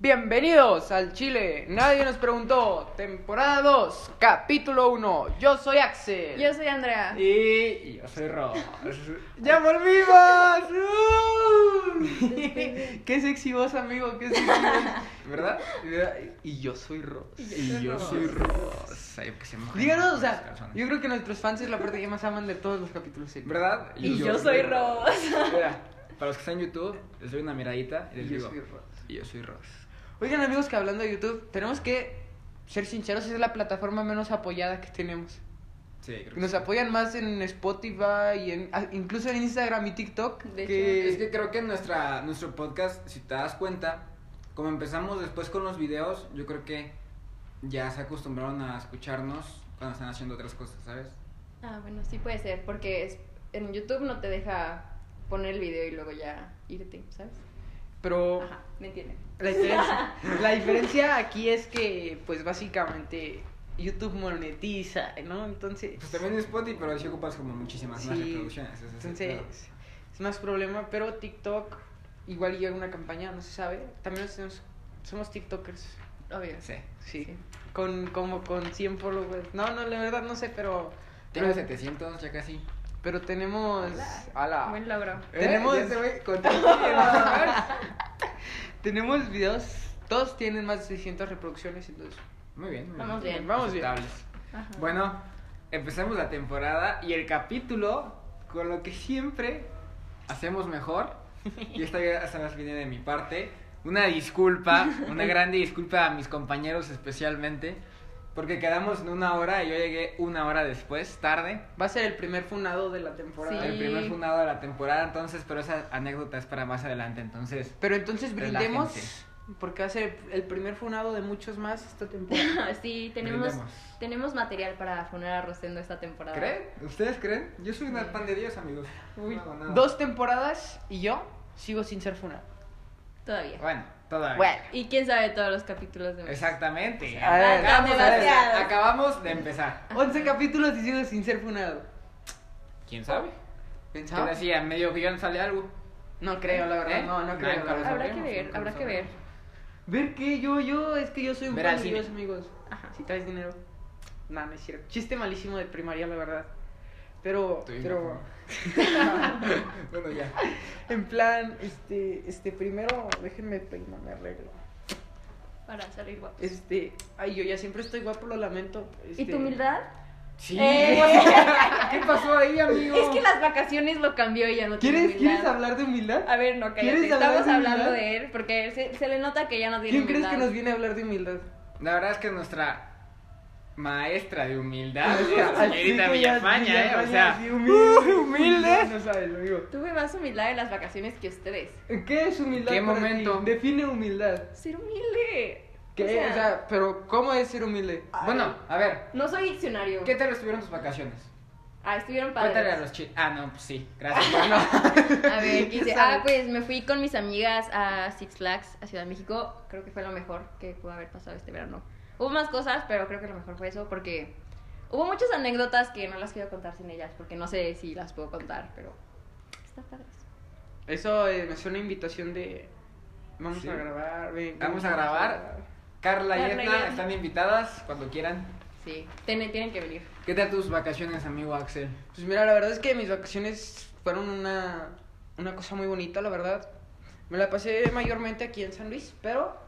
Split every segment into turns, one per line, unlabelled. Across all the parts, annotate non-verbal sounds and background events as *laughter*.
Bienvenidos al Chile. Nadie nos preguntó. Temporada 2, capítulo 1. Yo soy Axel.
Yo soy Andrea.
Y yo soy Ross.
¡Ya
*laughs*
volvimos! ¡Uh! *laughs* ¡Qué sexy voz, amigo! ¡Qué sexy
*laughs*
voz! ¿Verdad? ¿Verdad? Y yo soy Ross.
y yo soy Ross. Ay, que se mojen
Díganos, o
las
sea,
calzones.
yo creo que nuestros fans es la parte que más aman de todos los capítulos. sí.
¿Verdad?
Y yo soy Ross.
Mira, para los que están en YouTube, les doy una miradita y les
Y yo
digo.
soy Ross.
Y yo soy Ross.
Oigan, amigos, que hablando de YouTube, tenemos que ser sinceros: es la plataforma menos apoyada que tenemos.
Sí, creo que
Nos
sí.
apoyan más en Spotify y en, ah, incluso en Instagram y TikTok.
De
que...
Es que creo que nuestra, nuestro podcast, si te das cuenta, como empezamos después con los videos, yo creo que ya se acostumbraron a escucharnos cuando están haciendo otras cosas, ¿sabes?
Ah, bueno, sí puede ser, porque es- en YouTube no te deja poner el video y luego ya irte, ¿sabes?
Pero
Ajá, me entienden.
la diferencia, la diferencia aquí es que, pues básicamente, YouTube monetiza, ¿no? Entonces,
Pues también en Spotify, pero ahí sí ocupas como muchísimas más
Sí.
reproducciones. ese es el
entonces
pedo.
es más problema. Pero TikTok, igual llega una campaña, no se sabe. También nos tenemos- somos TikTokers.
Obvio.
Sí.
Sí.
Sí.
Con, como con 100 followers. No, no, la verdad no sé, pero.
Tengo
Pero, ¿Eh?
700 ya casi.
pero tenemos. Ala.
Buen logro.
Tenemos-
Ya te voy *laughs* contigo.
Tenemos videos, todos tienen más de 600 reproducciones, entonces.
Muy bien, muy bien.
Vamos bien.
Vamos bien.
Aceptables.
Ajá.
Bueno, empezamos la temporada y el capítulo con lo que siempre
*laughs*
hacemos mejor. Y esta vez hasta más viene de mi parte. Una disculpa,
*laughs*
una grande disculpa a mis compañeros especialmente. Porque quedamos en una hora y yo llegué una hora después, tarde.
Va a ser el primer funado de la temporada.
Sí.
El primer fundado de la temporada, entonces, pero esa anécdota es para más adelante. Entonces,
Pero entonces brindemos,
Relájense.
porque va a ser el primer funado de muchos más esta temporada.
*laughs* sí, tenemos,
brindemos.
tenemos material para funar a Rosendo esta temporada.
¿Creen? ¿Ustedes creen? Yo soy una pan de Dios, amigos.
Uy,
No hago nada.
Dos temporadas y yo sigo sin ser funado.
Todavía.
Bueno, todavía.
Bueno.
Y quién sabe todos los capítulos de Ah,
Exactamente.
A ver.
acabamos, de-
Demasiado.
acabamos de empezar.
Ah.
11 capítulos y sigo sin ser funado.
¿Quién sabe? Yo
¿Pensaba?
decía, medio guión sale algo.
No creo, la verdad.
¿Eh?
No, no creo.
Nunca
la
lo
verdad.
Habrá que
sabremos,
ver,
nunca lo
habrá que ver.
sabremos.
Ver que yo, yo, es que yo soy un
Ver al
fan de
cine.
Dios, amigos.
Ajá.
Si traes dinero. Nada, no es cierto. Chiste malísimo de primaria, la verdad. Pero,
Estoy
pero, *laughs*
enojado. bueno, ya.
en plan, este, este, primero, déjenme peino, me arreglo.
Para salir guapos.
Este, ay, yo ya siempre estoy guapo, lo lamento.
¿Y
este,
tu humildad?
Sí. *laughs*
Eh.
¿Qué pasó ahí, amigo?
Es que las vacaciones lo cambió y ya no tiene
¿Quieres,
humildad.
¿Quieres hablar de humildad? Ah,
A ver, no, cállate.
¿Quieres hablar
Estamos
de
hablando
humildad?
de él porque se, se le nota que ya no tiene
¿Quién crees que
humildad.
nos viene a hablar de humildad?
La verdad es que nuestra maestra
*laughs*
de humildad,
Así
la señorita
que ya-
Villafaña, ¿eh? O
Villafaña,
sea,
así humilde,
¡uh, humilde!
*laughs* No sabes, lo digo.
Tuve más humildad en las vacaciones que ustedes.
¿Qué es humildad?
¿Qué
para ti?
momento?
Define humildad.
Ser humilde.
¿Qué?
O sea,
pero ¿cómo es ser humilde?
bueno, a ver,
no soy diccionario.
¿qué tal estuvieron tus vacaciones?
Ah, estuvieron
Cuéntale a
padres.
los chicos. Ah, no, pues sí, gracias.
*laughs*
Bueno,
A ver, ¿qué hice?
Sabe.
Ah, pues me fui con mis amigas a Six Flags, a Ciudad de México. Creo que fue lo mejor que pudo haber pasado este verano. Hubo más cosas, pero creo que lo mejor fue eso porque hubo muchas anécdotas que no las quiero contar sin ellas porque no sé si las puedo contar, pero está padre.
Eso eh, me suena a invitación de. Vamos
Sí.
a grabar, ven.
Vamos a grabar. Carla y
Carla y
Edna
Edna.
están invitadas cuando quieran.
Sí, tienen, tienen que venir.
¿Qué tal tus vacaciones, amigo Axel?
Pues mira, la verdad es que mis vacaciones fueron una, una cosa muy bonita, la verdad. Me la pasé mayormente aquí en San Luis, pero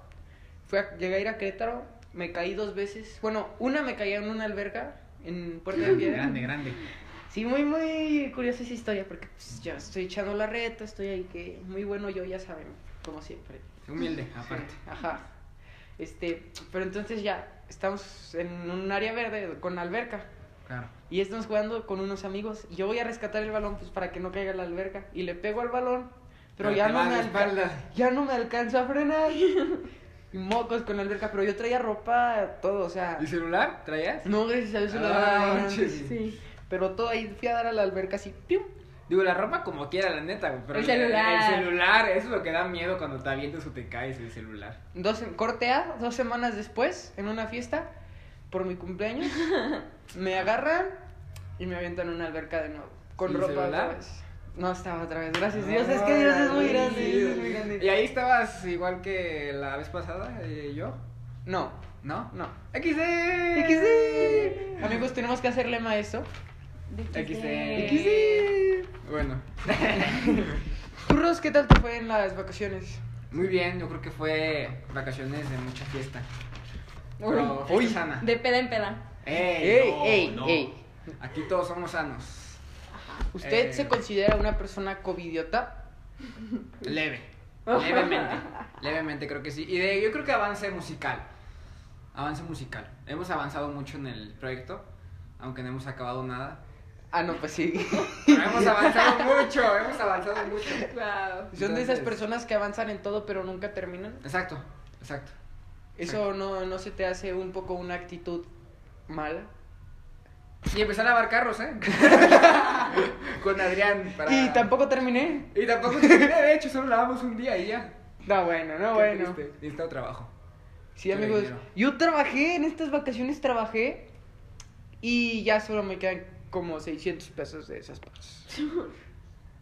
fui a- llegué a ir a Querétaro, me caí dos veces. Bueno, una me caí en una alberca en
*laughs*
Puerto de Piedra.
Grande, grande.
Sí, muy, muy curiosa esa historia, porque pues, ya estoy echando la reta, estoy ahí que muy bueno yo, ya saben, como siempre.
Humilde, aparte.
Ajá. Este, pero entonces ya estamos en un área verde con alberca
Claro.
y estamos jugando con unos amigos. Y yo voy a rescatar el balón pues para que no caiga a la alberca y le pego al balón, pero,
Pero
ya
te
no
vas
me
de
alca-
espaldas.
ya no me alcanzo a frenar. y mocos con la alberca, pero yo traía ropa todo, o sea,
¿Y celular? ¿Traías?
no gracias a Dios se lo
Ah,
daban.
manches.
Sí. Pero todo ahí fui a dar a la alberca así, ¡pium!
Digo, la ropa como quiera, la neta, güey, pero
El celular.
El celular, eso es lo que da miedo cuando te avientas o te caes el celular.
Dos, corte A, dos semanas después, en una fiesta, por mi cumpleaños,
*laughs*
me agarran y me avientan a una alberca de nuevo. Con
¿Sin
ropa otra
celular?
vez. No estaba otra vez. Gracias,
No,
Dios. Es que Dios es muy
sí,
grande.
sí.
Dios es muy grande.
Y ahí estabas igual que la vez pasada, eh, yo,
No,
¿no?
no.
XD.
XD. Amigos, tenemos que hacerle lema a esto.
XD. Bueno,
¿Tú, Ros, qué tal te fue en las vacaciones?
muy bien, yo creo que fue vacaciones de mucha fiesta. Pero
Uy.
fiesta sana.
De peda en peda.
Ey,
Ey,
no,
ey,
no.
ey.
Aquí todos somos sanos.
¿Usted
Eh.
se considera una persona covidiota? *laughs*
Leve. Levemente. Levemente creo que sí. Y de, yo creo que avance musical. Avance musical. Hemos avanzado mucho en el proyecto, aunque no hemos acabado nada.
Ah, no, pues sí.
Pero hemos
*laughs*
avanzado mucho, hemos avanzado mucho.
Wow.
Son de esas
Entonces-
personas que avanzan en todo pero nunca terminan.
Exacto, exacto.
¿Eso no, no se te hace un poco una actitud mala?
Y empezar a lavar carros,
*laughs*
¿eh? Con Adrián. para-
Y tampoco terminé.
Y tampoco tiene derecho, solo lavamos un día y ya.
No, bueno, no,
Qué
Ah, bueno.
triste. Necesitado trabajo.
Sí,
Qué
amigos.
dinero.
Yo trabajé, en estas vacaciones trabajé. Y ya solo me quedan como 600 pesos de esas *laughs* partes.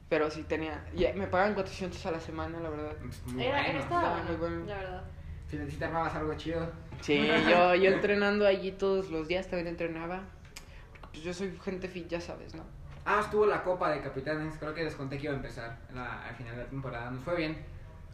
Pero sí tenía. ya, me pagan 400 a la semana, la verdad.
Pues, muy
Era,
bueno.
era estaba
Muy
bueno,
bueno.
la verdad.
Si necesitas más algo chido.
Sí, yo, yo entrenando allí todos los días también entrenaba. Porque, Pues yo soy gente fit, ya sabes, ¿no?
Ah, estuvo la Copa de Capitanes. Creo que les conté que iba a empezar la- al final de la temporada. Nos fue bien.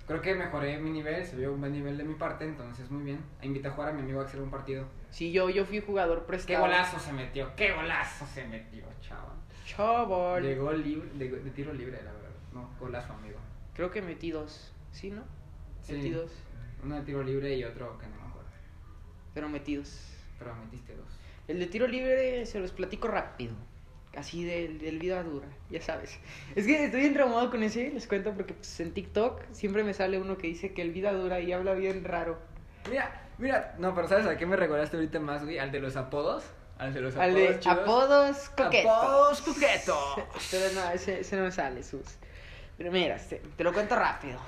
Creo que mejoré mi nivel, se vio un buen nivel de mi parte, entonces muy bien. E Invité a jugar a mi amigo a hacer un partido.
Sí, yo, yo fui jugador
¡Qué
prestado.
golazo se metió! ¡Qué golazo se metió, chaval!
Chaval.
Llegó libre, de, de tiro libre, la verdad. No, golazo, amigo.
Creo que metí dos. ¿Sí, no?
Sí.
Metí dos.
Uno de tiro libre y otro que no me acuerdo.
Pero metí dos.
Pero metiste dos.
El de tiro libre se los platico rápido. Así del del vida dura, ya sabes. Es que estoy bien traumado con ese, les cuento, porque pues, en TikTok siempre me sale uno que dice que el vida dura y habla bien raro.
Mira, mira. No, pero ¿sabes a qué me recordaste ahorita más, güey? Al de los apodos. Al de los
Al
apodos.
de
chidos.
apodos coquetos.
Apodos *laughs* coquetos.
Pero no, ese, ese no me sale, sus. Pero mira, este, te, lo cuento rápido.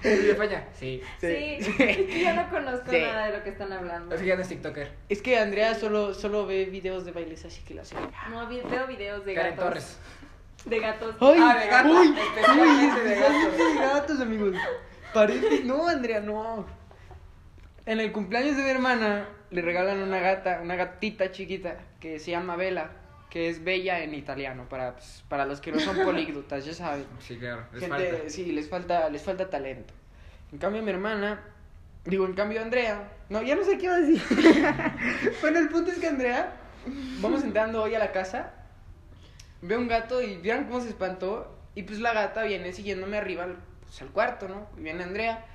Sí, España. Sí.
Sí,
*laughs*
es que yo no conozco
Sí.
nada de lo que están hablando.
Es que ya no es TikToker.
*laughs* Es que Andrea solo, solo ve videos de bailes, así que la sé.
No vi- veo videos de
Karen
gatos.
Torres.
De gatos.
¡Ay!
Ah, de gatos,
¡Uy!
especialmente
¡Uy!
de gatos.
especialmente de gatos, amigos. Parece... No, Andrea, no. En el cumpleaños de mi hermana le regalan una gata, una gatita chiquita que se llama Bella, que es bella en italiano, para, pues, para los que no
*laughs*
son políglotas, ya saben.
Sí, claro. Les
Gente,
falta.
sí, les falta, les falta talento. En cambio, mi hermana, digo, en cambio, Andrea, no, ya no sé qué iba a decir. *laughs* bueno, el punto es que Andrea, vamos entrando hoy a la casa, ve un gato y vieron cómo se espantó. Y pues la gata viene siguiéndome arriba al- pues, al cuarto, ¿no? Y viene Andrea.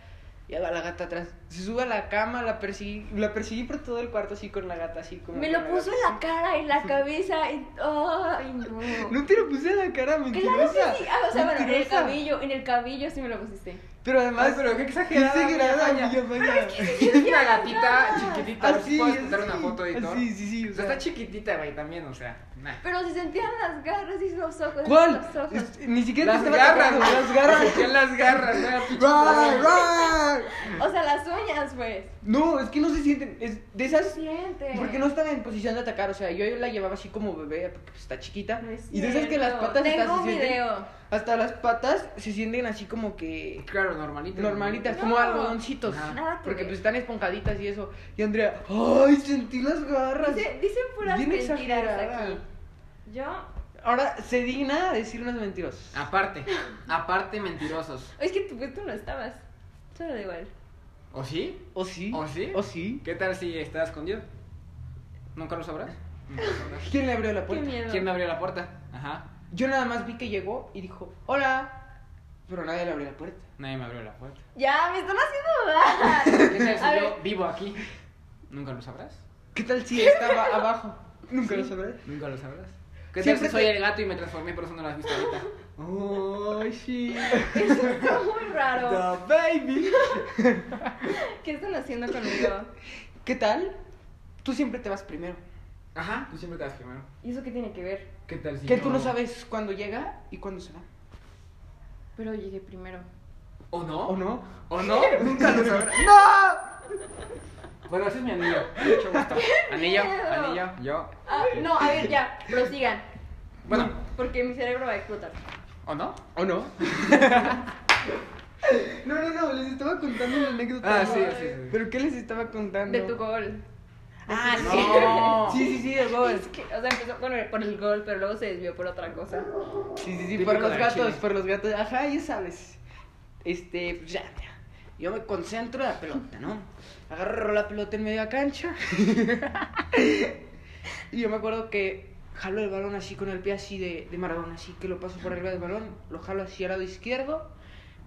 Y ahí va la gata atrás. Se sube a la cama, la perseguí, la perseguí por todo el cuarto así con la gata, así como.
Me
con
lo puso
gata.
en la cara, en la cabeza. y- ¡Ay,
*laughs*
no!
No te lo puse a la cara, mentirosa.
Claro que sí. Ah, o sea, bueno, en el Ah,
mentirosa.
cabello, en el cabello sí me lo pusiste.
Pero además.
Ay, pero qué exagerada,
Qué exagerada,
Milla Falla.
Milla Falla.
Es una gatita chiquitita. a ver si
Así,
puedes mandar
Ah, así,
una foto, editor.
así, sí, sí, o
O sea,
sea.
está chiquitita, güey, también, o sea. nah.
Pero se sentían las garras y los ojos.
¿Cuál?
Los ojos.
Este, Ni siquiera
Las
te estaba
garras,
tocando, las
*laughs*
garras.
¿Qué las garras? no era pinche
Ra,
poder.
ra.
O sea, las uñas, pues.
No, es que no se sienten. Es de esas.
Siente.
Porque no estaba en posición de atacar. O sea, yo la llevaba así como bebé porque pues, está chiquita.
No es
y de esas que las
cierto.
patas hasta
Tengo
se
un
sienten.
video.
Hasta las patas se sienten así como que.
Claro, normalita.
Normalitas,
No.
como algodoncitos.
Ajá.
Nada que
Porque
ver.
pues están esponjaditas y eso. Y Andrea, ¡ay! Sentí las garras.
Dice- dicen puras
pues, Bien
mentiras
exagerada.
aquí. Yo.
Ahora, se digna a decir unas mentirosas.
Aparte, aparte mentirosos.
Es que tú, pues, tú no estabas. Solo da igual.
¿O sí?
¿O sí?
¿O sí?
¿O sí?
¿Qué tal si está escondido? ¿Nunca lo
*laughs*
sabrás? Nunca lo sabrás.
¿Quién le abrió la
Qué
puerta?
miedo.
¿Quién me abrió la puerta? Ajá.
Yo nada más vi que llegó y dijo, hola. Pero nadie le abrió la puerta.
Nadie me abrió la puerta.
Ya, me están haciendo
*laughs*
dudar.
*laughs* ¿Qué tal
A
si yo
ver.
vivo aquí? ¿Nunca lo sabrás?
¿Qué tal *laughs* si estaba abajo? Nunca lo sabré.
¿Nunca lo sabrás? ¿Qué tal
Siempre
si soy
te-
el gato y me transformé, por eso no lo has visto ahorita? *laughs* ¡Oh, sí!
Eso *laughs* está muy raro.
baby!
¿Qué están haciendo conmigo?
¿Qué tal? Tú siempre te vas primero.
Ajá, tú siempre te das primero.
¿Y eso qué tiene que ver?
¿Qué tal si
que
yo-
tú no sabes cuándo llega y cuándo se va.
Pero llegué primero.
¿O no?
¿O no?
¿O no? *laughs* Nunca lo sabrás.
¡No!
Bueno, ese es mi anillo.
*laughs*
Mucho gusto. Anillo,
miedo!
anillo, yo.
Ah, no, a ver, ya, prosigan.
Bueno,
Porque mi cerebro va a explotar.
¿O no?
¿O no? *laughs* no, no, no, les estaba contando una anécdota.
Ah, sí,
¿no?
sí, sí.
¿Pero qué les estaba contando?
De tu gol.
Ah,
De tu-
sí.
No.
*laughs* Sí, sí, sí, el gol.
Es *laughs* que, o sea, empezó con el- por el gol, pero luego se desvió por otra cosa.
Sí, sí, sí,
Típico
por los
de
gatos,
Chile.
por los gatos. Ajá, ya sabes. Este, pues ya, ya. Yo me concentro en la pelota, ¿no? Agarro la pelota en media cancha. *laughs* y yo me acuerdo que jalo el balón así con el pie así de, de Maradona, así que lo paso por arriba del balón, lo jalo hacia el lado izquierdo.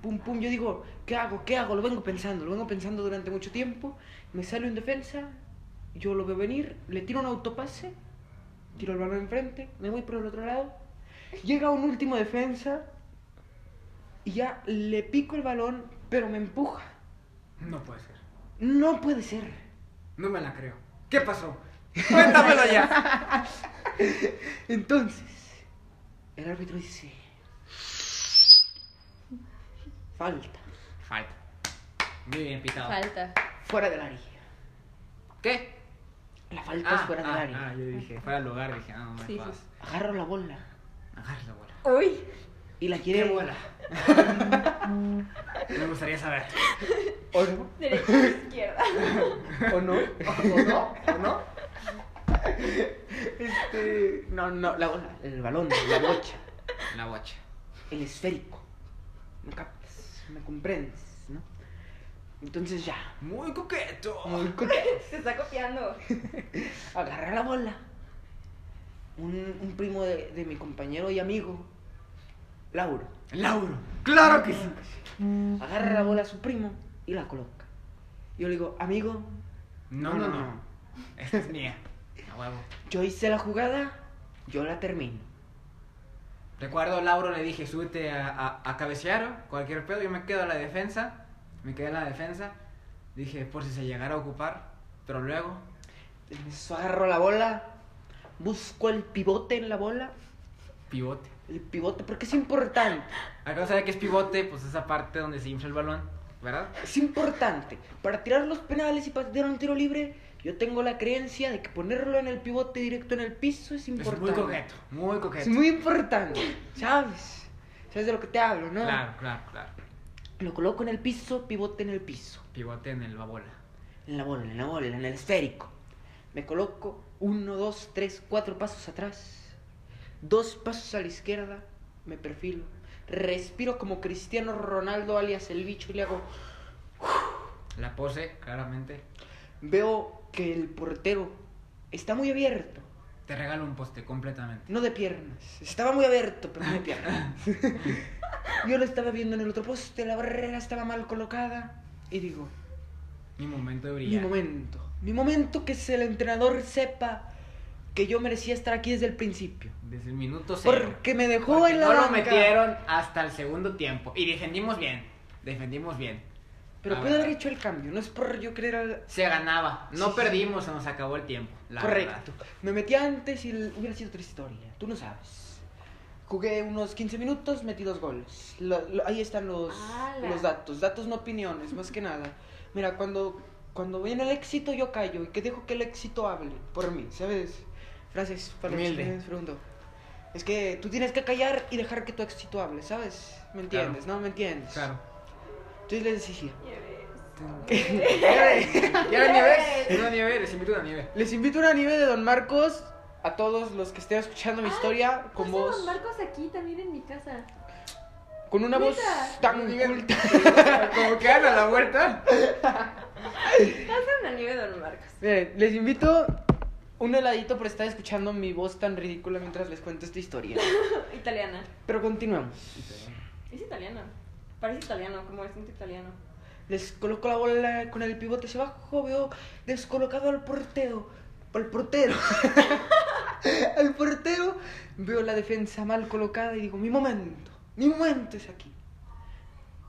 Pum, pum, yo digo, ¿qué hago? ¿Qué hago? Lo vengo pensando, lo vengo pensando durante mucho tiempo. Me sale un defensa, yo lo veo venir, le tiro un autopase, tiro el balón enfrente, me voy por el otro lado, Llega un último defensa y ya le pico el balón, pero me empuja.
No puede ser.
No puede ser.
No me la creo. ¿Qué *laughs* pasó? Cuéntamelo ya.
Entonces, el árbitro dice... Falta.
Falta. Muy bien pitado.
Falta.
Fuera del área.
¿Qué?
La falta es fuera del
ah,
área.
ah, yo dije, fuera del hogar, dije, ah, no me
Sí,
jodas.
sí.
Agarro la bola
Agarra la bola.
Uy.
y la quiere...
¿Qué bola? me gustaría saber.
¿O no?
Derecha *laughs* a izquierda.
¿O no?
¿O no? ¿O no?
Este... No, no, la bola. El balón, la bocha.
La bocha.
el esférico. ¿Me captas? ¿Me comprendes? ¿No? Entonces ya.
Muy coqueto.
Muy coqueto.
Se está copiando.
Agarra la bola. Un, un primo de, de mi compañero y amigo, Lauro,
Lauro. Claro que sí.
agarra la bola a su primo y la coloca. Yo le digo, amigo,
No, no, no. Esta es mía. A huevo.
yo hice la jugada, yo la termino.
Recuerdo, Lauro le dije, súbete a, a, a cabecear, cualquier pedo. Yo me quedo a la defensa. Me quedé a la defensa. Dije, por si se llegara a ocupar. Pero luego,
En eso agarro la bola, busco el pivote en la bola.
pivote.
El pivote, porque es importante.
Acá no sabe que es pivote, pues esa parte donde se infla el balón, ¿verdad?
Es importante. Para tirar los penales y para tirar un tiro libre, yo tengo la creencia de que ponerlo en el pivote directo en el piso es
Es
importante.
muy coqueto, muy coqueto.
Es muy importante. ¿Sabes? ¿Sabes de lo que te hablo, no?
Claro, claro, claro.
Lo coloco en el piso, pivote en el piso.
Pivote en el babola.
En la bola, en la bola, en el esférico. Me coloco uno, dos, tres, cuatro pasos atrás. Dos pasos a la izquierda. Me perfilo. Respiro como Cristiano Ronaldo alias el bicho y le hago...
La pose, claramente.
Veo que el portero está muy abierto,
Te regalo un poste completamente.
no de piernas. Estaba muy abierto, pero no de
*laughs*
piernas. Yo lo estaba viendo en el otro poste, la barrera estaba mal colocada. Y digo,
Mi momento de
mi
brillar.
momento. Mi momento que es el entrenador sepa que yo merecía estar aquí desde el principio.
Desde el minuto cero.
Porque me dejó
Porque
en la
no lo
banca.
metieron hasta el segundo tiempo. Y defendimos bien. Defendimos bien.
Pero
A
puede haber
ver.
hecho el cambio, no es por yo querer al...
Se ganaba. No
Sí, sí.
perdimos, se nos acabó el tiempo. la
Correcto. Me metí antes y l- hubiera sido otra historia. Tú no sabes. Jugué unos 15 minutos, metí dos goles. Lo- lo- ahí están los,
¡Hala!
los datos. Datos, no opiniones, más que nada. Mira, cuando, cuando viene el éxito, yo callo y que dejo que el éxito hable por mí, ¿sabes? Frases para los
Humilde.
que me pregunto. Es que tú tienes que callar y dejar que tu éxito hable, ¿sabes? ¿Me entiendes? ¿No? ¿Me entiendes?
verdad. Claro.
*laughs* Entonces les decía.
¿Quieren nieves? Una nieve, les invito una nieve.
Les invito a una nieve de Don Marcos a todos los que estén escuchando mi historia con
Pasa
voz.
Don Marcos aquí también en mi casa.
Con una voz
Neta.
tan
Nivel.
culta.
Como quedan a la vuelta.
Pasa una nieve Don Marcos.
*laughs* Miren, les invito un heladito por estar escuchando mi voz tan ridícula mientras les cuento esta historia.
Italiana.
Pero continuemos.
Es italiana. Parece italiano, como acento italiano.
Les coloco la bola con el pivote hacia abajo, veo descolocado al portero. Al portero. *laughs* al portero. Veo la defensa mal colocada y digo, mi momento, mi momento es aquí.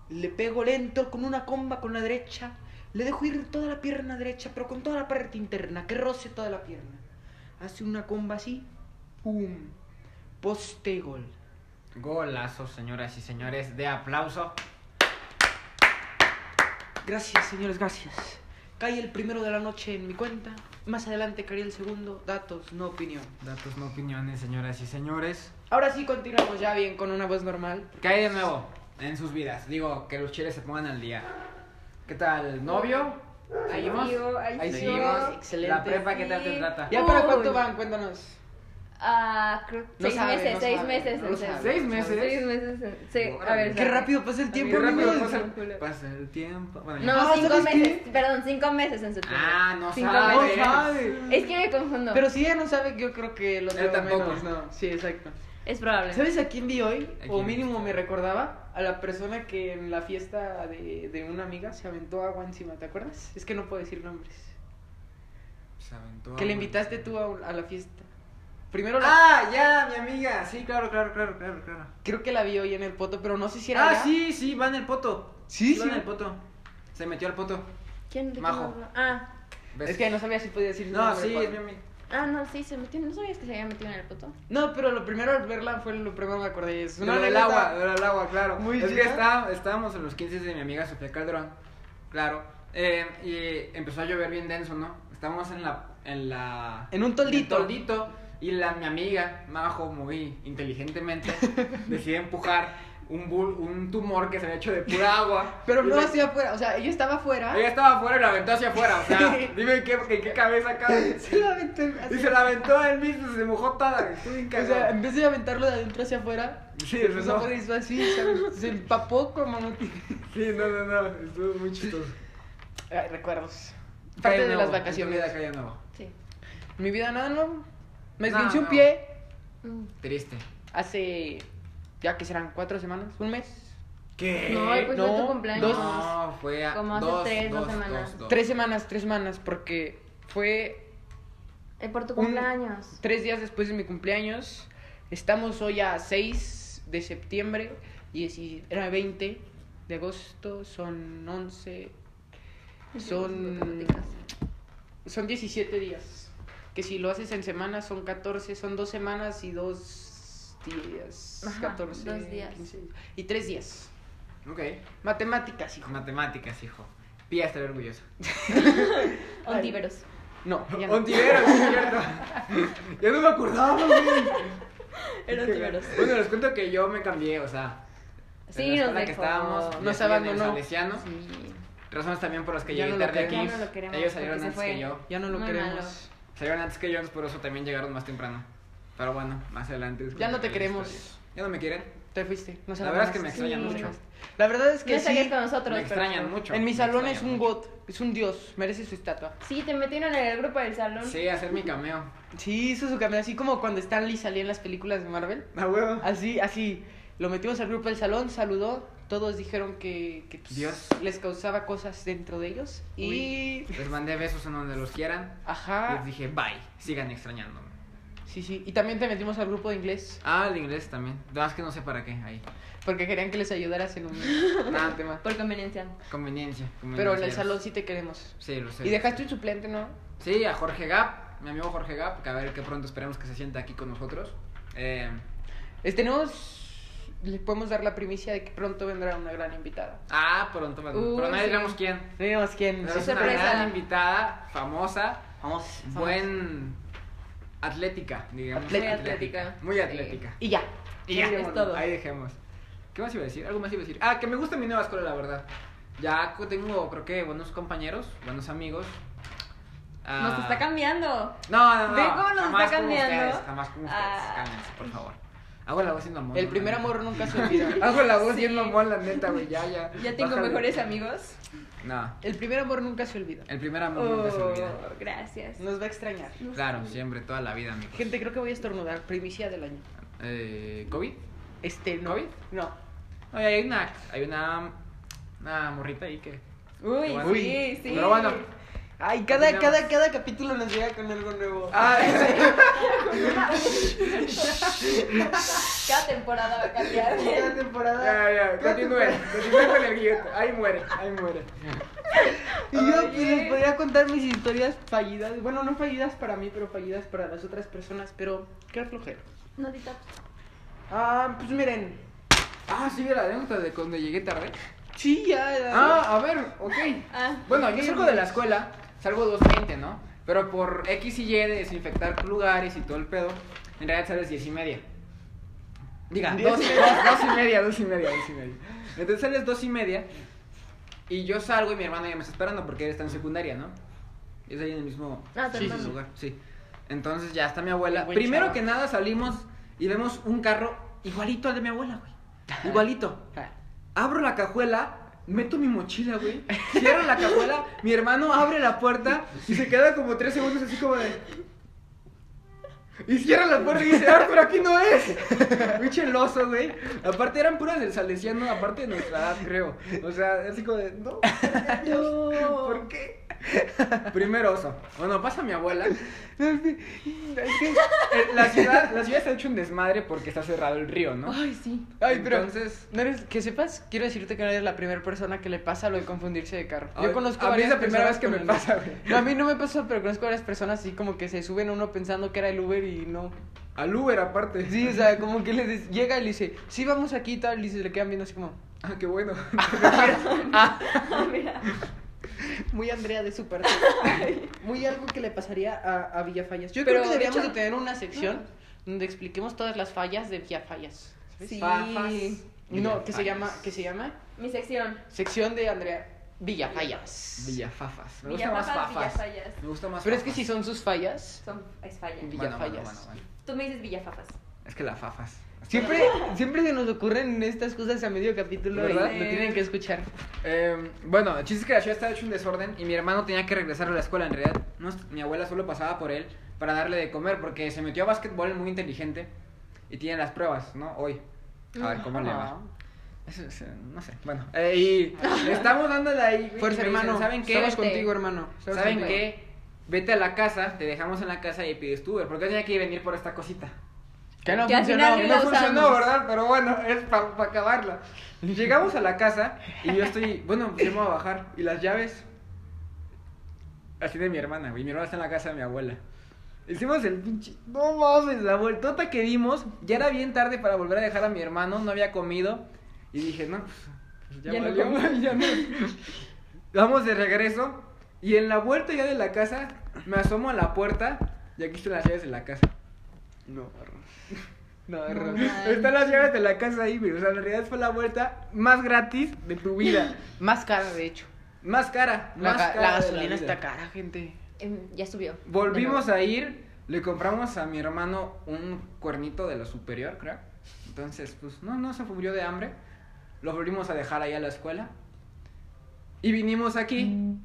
Le pego lento con una comba con la derecha. Le dejo ir toda la pierna derecha, pero con toda la parte interna, que roce toda la pierna. Hace una comba así. ¡Pum! Poste y gol.
Golazo, señoras y señores, de aplauso.
Gracias, señores, gracias. Cae el primero de la noche en mi cuenta. Más adelante caería el segundo. Datos, no opinión.
Datos, no opiniones, señoras y señores.
Ahora sí continuamos ya bien con una voz normal.
¿Qué hay de nuevo en sus vidas? Digo, que los chiles se pongan al día. ¿Qué tal, novio?
Ahí
¿Seguimos?
sigo, ahí sigo.
seguimos.
Excelente.
La prepa, ¿qué tal te
Sí.
trata?
¿Ya para
Uy.
cuánto van? Cuéntanos.
Ah, creo
No
seis
sabe,
meses,
no
seis
sabe,
meses.
no lo
en serio.
sabe.
¿Seis meses?
Seis meses. en- Sí, a
Órale.
ver.
Qué
sabe.
rápido pasa el tiempo,
Qué rápido
amigos.
pasa el, pasa el tiempo. Bueno, ya.
No,
Ah,
cinco
¿sabes
meses.
qué?
Perdón, cinco meses en septiembre.
Ah, no
Cinco
sabe.
meses. Es que me confundo.
Pero si ella no sabe, yo creo que lo
Él
sabe
tampoco.
menos. No, sí, exacto.
Es probable.
¿Sabes a quién vi hoy?
¿A
O
quién?
mínimo me recordaba a la persona que en la fiesta de, de una amiga se aventó agua encima, ¿te acuerdas? Es que no puedo decir nombres.
Se aventó
que le
a-
invitaste tú a, un- a la fiesta. Primero la-
Ah, ya, mi amiga. Sí, claro, claro, claro, claro, claro.
creo que la vi hoy en el poto, pero no sé si era
Ah,
allá.
sí, sí, va en el poto.
Sí,
Va
sí.
en el poto. Se metió al poto.
¿Quién de quién
Majo.
habla? Ah.
¿Ves?
Es que no sabía si podía decir su
No,
nombre,
sí,
Juan.
es mi amiga.
Ah, no, sí, se metió. ¿No sabías que se había metido en el puto?
No, pero lo primero al verla fue lo primero que me acordé. Es una
Lo del
anécdota.
agua, lo del agua, claro.
Muy
es que
chida.
está- estábamos en los 15 de mi amiga Sofía Calderón, claro. eh, y empezó a llover bien denso, ¿no? Estábamos en la... En, la,
En un toldito.
en el toldito, y la, mi amiga, Majo, muy
*laughs*
inteligentemente, decide empujar un, bul- un tumor que se había hecho de pura agua.
Pero
Y
no
la-
hacia afuera, o sea, ella estaba afuera. *laughs*
Ella estaba afuera y la aventó hacia afuera, o sea, dime en qué, en qué
*laughs*
cabeza cabe.
Se la aventó así.
Y se la aventó él mismo, se mojó toda, estuvo bien
O sea,
cagado.
en vez de aventarlo de adentro hacia afuera,
Sí,
se
eso
puso
Pues no.
afuera y hizo así, se, se empapó como no tiene-
Sí, no, no, no, estuvo muy chistoso.
Ay, recuerdos.
Calle
Parte de
nuevo,
las vacaciones.
en tu vida, calle nuevo.
Eh,
Sí.
Mi vida nada nuevo. Me
No,
esguince un
no.
pie
Triste.
hace, ya que serán cuatro semanas, un mes,
¿Qué?
No, pues
no,
fue tu cumpleaños.
dos-
No, fue a
Como hace
dos,
tres, dos
dos,
semanas.
dos, dos.
tres semanas, tres semanas, porque fue
Eh, por tu
Un-
cumpleaños.
tres días después de mi cumpleaños. Estamos hoy a 6 de septiembre, 10 era 20 de agosto, son 11, son Son 17 días. Que si lo haces en semanas son 14, son dos semanas y dos días.
Ajá,
14,
dos días.
15, y tres días.
Ok.
Matemáticas, hijo.
Matemáticas, hijo. Pía estaré orgullosa.
Ontíveros.
*laughs*
No, ya no.
Ontiveros, sí, es
*laughs*
cierto. ya no me acordaba, güey.
Era Ontiveros.
Bueno, les cuento que yo me cambié, o sea. en
Sí, nos
la escuela que
dejó.
estábamos, yo
Nos
estuve en el
abandonó.
Salesiano.
Sí.
Razones también por las que
Ya
llegué
no lo
tarde aquí.
queremos.
Ya no lo queremos,
Ellos salieron
porque
antes
se
que
fue.
yo.
Ya no lo
Muy
queremos.
malo.
Salieron antes que yo, por eso también llegaron más temprano. Pero bueno, más adelante. les
Ya no te
contaré la
queremos.
historia. ¿Ya no me quieren?
Te fuiste. Nos
La verdad es que me
abandonaste.
extrañan
Sí.
mucho.
La verdad es
No
que
estarías
sí.
con nosotros.
Me
pero-
extrañan mucho.
En mi
me
salón
extrañan
es un
mucho.
god, es un dios, merece su estatua.
Sí, te metieron en el grupo del salón.
Sí, hacer mi cameo.
Sí, hizo su camino así como cuando Stan Lee salía en las películas de Marvel.
*laughs* A huevo.
Así, así. Lo metimos al grupo del salón, saludó. Todos dijeron que, que, pues,
Dios.
les causaba cosas dentro de ellos. Y.
Les mandé besos en donde los quieran.
Ajá.
Les dije, bye, sigan extrañándome.
Sí, sí. Y también te metimos al grupo de inglés
Ah, el inglés también. Nada más que no sé para qué, ahí.
porque querían que les ayudaras en un,
*laughs*
en un tema.
Por conveniencia.
Conveniencia.
Pero en el
conveniencias.
salón sí te queremos.
Sí, lo sé.
Y dejaste un suplente, ¿no?
Sí, a Jorge Gap, mi amigo Jorge Gap, que a ver que pronto esperemos que se sienta aquí con nosotros. Eh,
Es- tenemos. Les podemos dar la primicia de que pronto vendrá una gran invitada.
ah, pronto, pronto.
Uy,
pero no
sí.
diremos quién.
No digamos quién.
Pero
Sí,
es una
sorpresa.
gran invitada, famosa,
Vamos.
buen atlética, digamos.
Atlética.
Muy atlética.
Muy
Sí.
atlética.
Y ya.
Y ya,
Sí, es
bueno,
todo.
ahí dejemos. ¿Qué más iba a decir? Algo más iba a decir. Ah, que me gusta mi nueva escuela, la verdad. Ya co- tengo, creo que, buenos compañeros, buenos amigos. Ah,
Nos está cambiando.
No, no, no.
Ve cómo nos
jamás
está
como
cambiando.
ustedes, jamás como ustedes.
Ah.
Cámbiense, por favor. Hago la voz siendo amor.
El primer amor nunca se olvida.
Hago la voz
Sí.
siendo amor, la neta, güey. Ya, ya.
*laughs* Ya tengo
Bájale.
mejores amigos.
No,
El primer amor nunca se olvida.
el primer amor nunca se
Oh,
olvida.
gracias.
Nos va a extrañar.
Claro, siempre, toda la vida, amigos.
Gente, creo que voy a estornudar. Primicia del año.
Eh, ¿COVID?
Este, no.
¿Covid?
No.
Oye, hay una, hay una, una morrita ahí que...
Uy,
Bueno.
sí, sí.
Pero bueno.
Ay, cada,
Continuamos.
cada, cada capítulo nos llega con algo nuevo.
Ah, *laughs*
Cada temporada va a
*laughs*
cambiar.
Cada temporada.
Ya, ya, continúen, continúen con el guión. Ahí muere, ahí muere.
Y yo
Oye.
pues, les podría contar mis historias fallidas. Bueno, no fallidas para mí, pero fallidas para las otras personas. Pero, qué flojero.
No, Tita.
Ah, pues miren.
Ah, sí, vi la anécdota de cuando llegué tarde.
Sí, ya. ya.
Ah, a ver, ok.
Ah,
Bueno, yo
Sí,
salgo
pues.
de la escuela, salgo 2.20, ¿no? Pero por X y Y de desinfectar lugares y todo el pedo, en realidad sales 10 y media. Diga,
Diez
2
y
dos, *laughs* dos y media, 2 y media, 2 y media. Entonces sales 2 y media y yo salgo y mi hermano ya me está esperando porque él está en secundaria, ¿no? Y Es ahí en el mismo
Ah, tu
sí, sí,
hermano.
lugar, sí. Entonces ya está mi abuela.
Buen
Primero
chavo.
que nada salimos y vemos un carro igualito al de mi abuela, güey. Igualito. Abro la cajuela, meto mi mochila, güey. Cierro la cajuela, mi hermano abre la puerta y se queda como tres segundos así como de. Y cierra la puerta y dice, ah, pero aquí no es. Muy cheloso, güey. Aparte eran puras del salesiano, aparte de nuestra edad, creo. O sea, así como de, no,
Ah,
No.
*laughs* ¿por qué? Primero oso. Bueno, pasa mi abuela.
Este.
Eh, La ciudad, la ciudad se ha hecho un desmadre porque está cerrado el río, ¿no?
Ay, sí.
Ay, pero-
Entonces,
No eres, que sepas, quiero decirte que no eres la primera persona que le pasa lo de confundirse de carro. Yo
Ay,
conozco
a mí es la
varias
primera vez
personas
que me
con el-
pasa, güey.
No, a mí no me pasó, pero conozco varias personas así como que se suben a uno pensando que era el Uber y no.
al Uber aparte.
Sí, o sea, como que le des- llega y le dice, sí, vamos aquí y tal, y se le quedan viendo así como,
*laughs* Ah, qué *laughs* bueno.
*laughs* Mira.
*laughs* muy Andrea de su parte. *laughs* Muy algo que le pasaría a, a Villafallas. Yo
Pero,
creo que
de
deberíamos
hecho-
de tener una sección donde expliquemos todas las fallas de Villafallas. ¿sabes?
Sí.
Fafas.
No, que se llama,
Villafallas.
que se llama
Mi sección.
sección de Andrea Villafallas.
Villafafas. Me gusta más
Villafafas,
fafas.
Villafallas.
Me gusta más
Pero es que
fafas.
si son sus fallas.
Son, es falla.
Vi-
Bueno, bueno,
Villafallas.
bueno, bueno.
Tú me dices Villafafas.
Es que las fafas.
Siempre, siempre se nos ocurren estas cosas a medio capítulo,
¿Verdad?
y Lo tienen que escuchar.
Eh, bueno, el chiste es que la ciudad estaba hecho un desorden y mi hermano tenía que regresar a la escuela. En realidad, no es- mi abuela solo pasaba por él para darle de comer porque se metió a básquetbol muy inteligente y tiene las pruebas, ¿no? Hoy. A ver cómo le va. Eso es, eh, no sé. Bueno, eh, y estamos dándole ahí. güey,
Fuerza,
y me dicen,
hermano.
¿Saben qué?
Estamos
Vete.
contigo, hermano. Estamos
¿Saben
contigo.
qué? Vete a la casa, te dejamos en la casa y pides tu Uber. Porque yo tenía que ir a venir por esta cosita.
Que no
Que al
funcionó.
final
Que
ni
No
la
no
fu-
funcionó,
usamos.
¿verdad? Pero bueno, es para acabarla. Llegamos a la casa y yo estoy, bueno, pues vamos a bajar. Y las llaves, así de mi hermana, güey. Mi hermana está en la casa de mi abuela. Hicimos el pinche. No mames, la vueltota que dimos. Ya era bien tarde para volver a dejar a mi hermano, no había comido. Y dije, no, pues, pues ya,
Ya no
valió,
comí.
ya no.
*laughs*
Vamos de regreso. Y en la vuelta ya de la casa, me asomo a la puerta. Y aquí están las llaves de la casa.
No,
*laughs*
error. No,
No
error.
manches.
Están las llaves de la casa ahí, güey. O sea, en realidad fue la vuelta más gratis de tu vida.
*laughs*
Más cara, de hecho.
Más cara.
La,
más
ga-
cara
la
de
gasolina
vida.
está cara, gente.
Em, ya subió.
Volvimos a ir, le compramos a mi hermano un cuernito de lo superior, creo. Entonces, pues, no, no se murió de hambre. Lo volvimos a dejar ahí a la escuela. Y vinimos aquí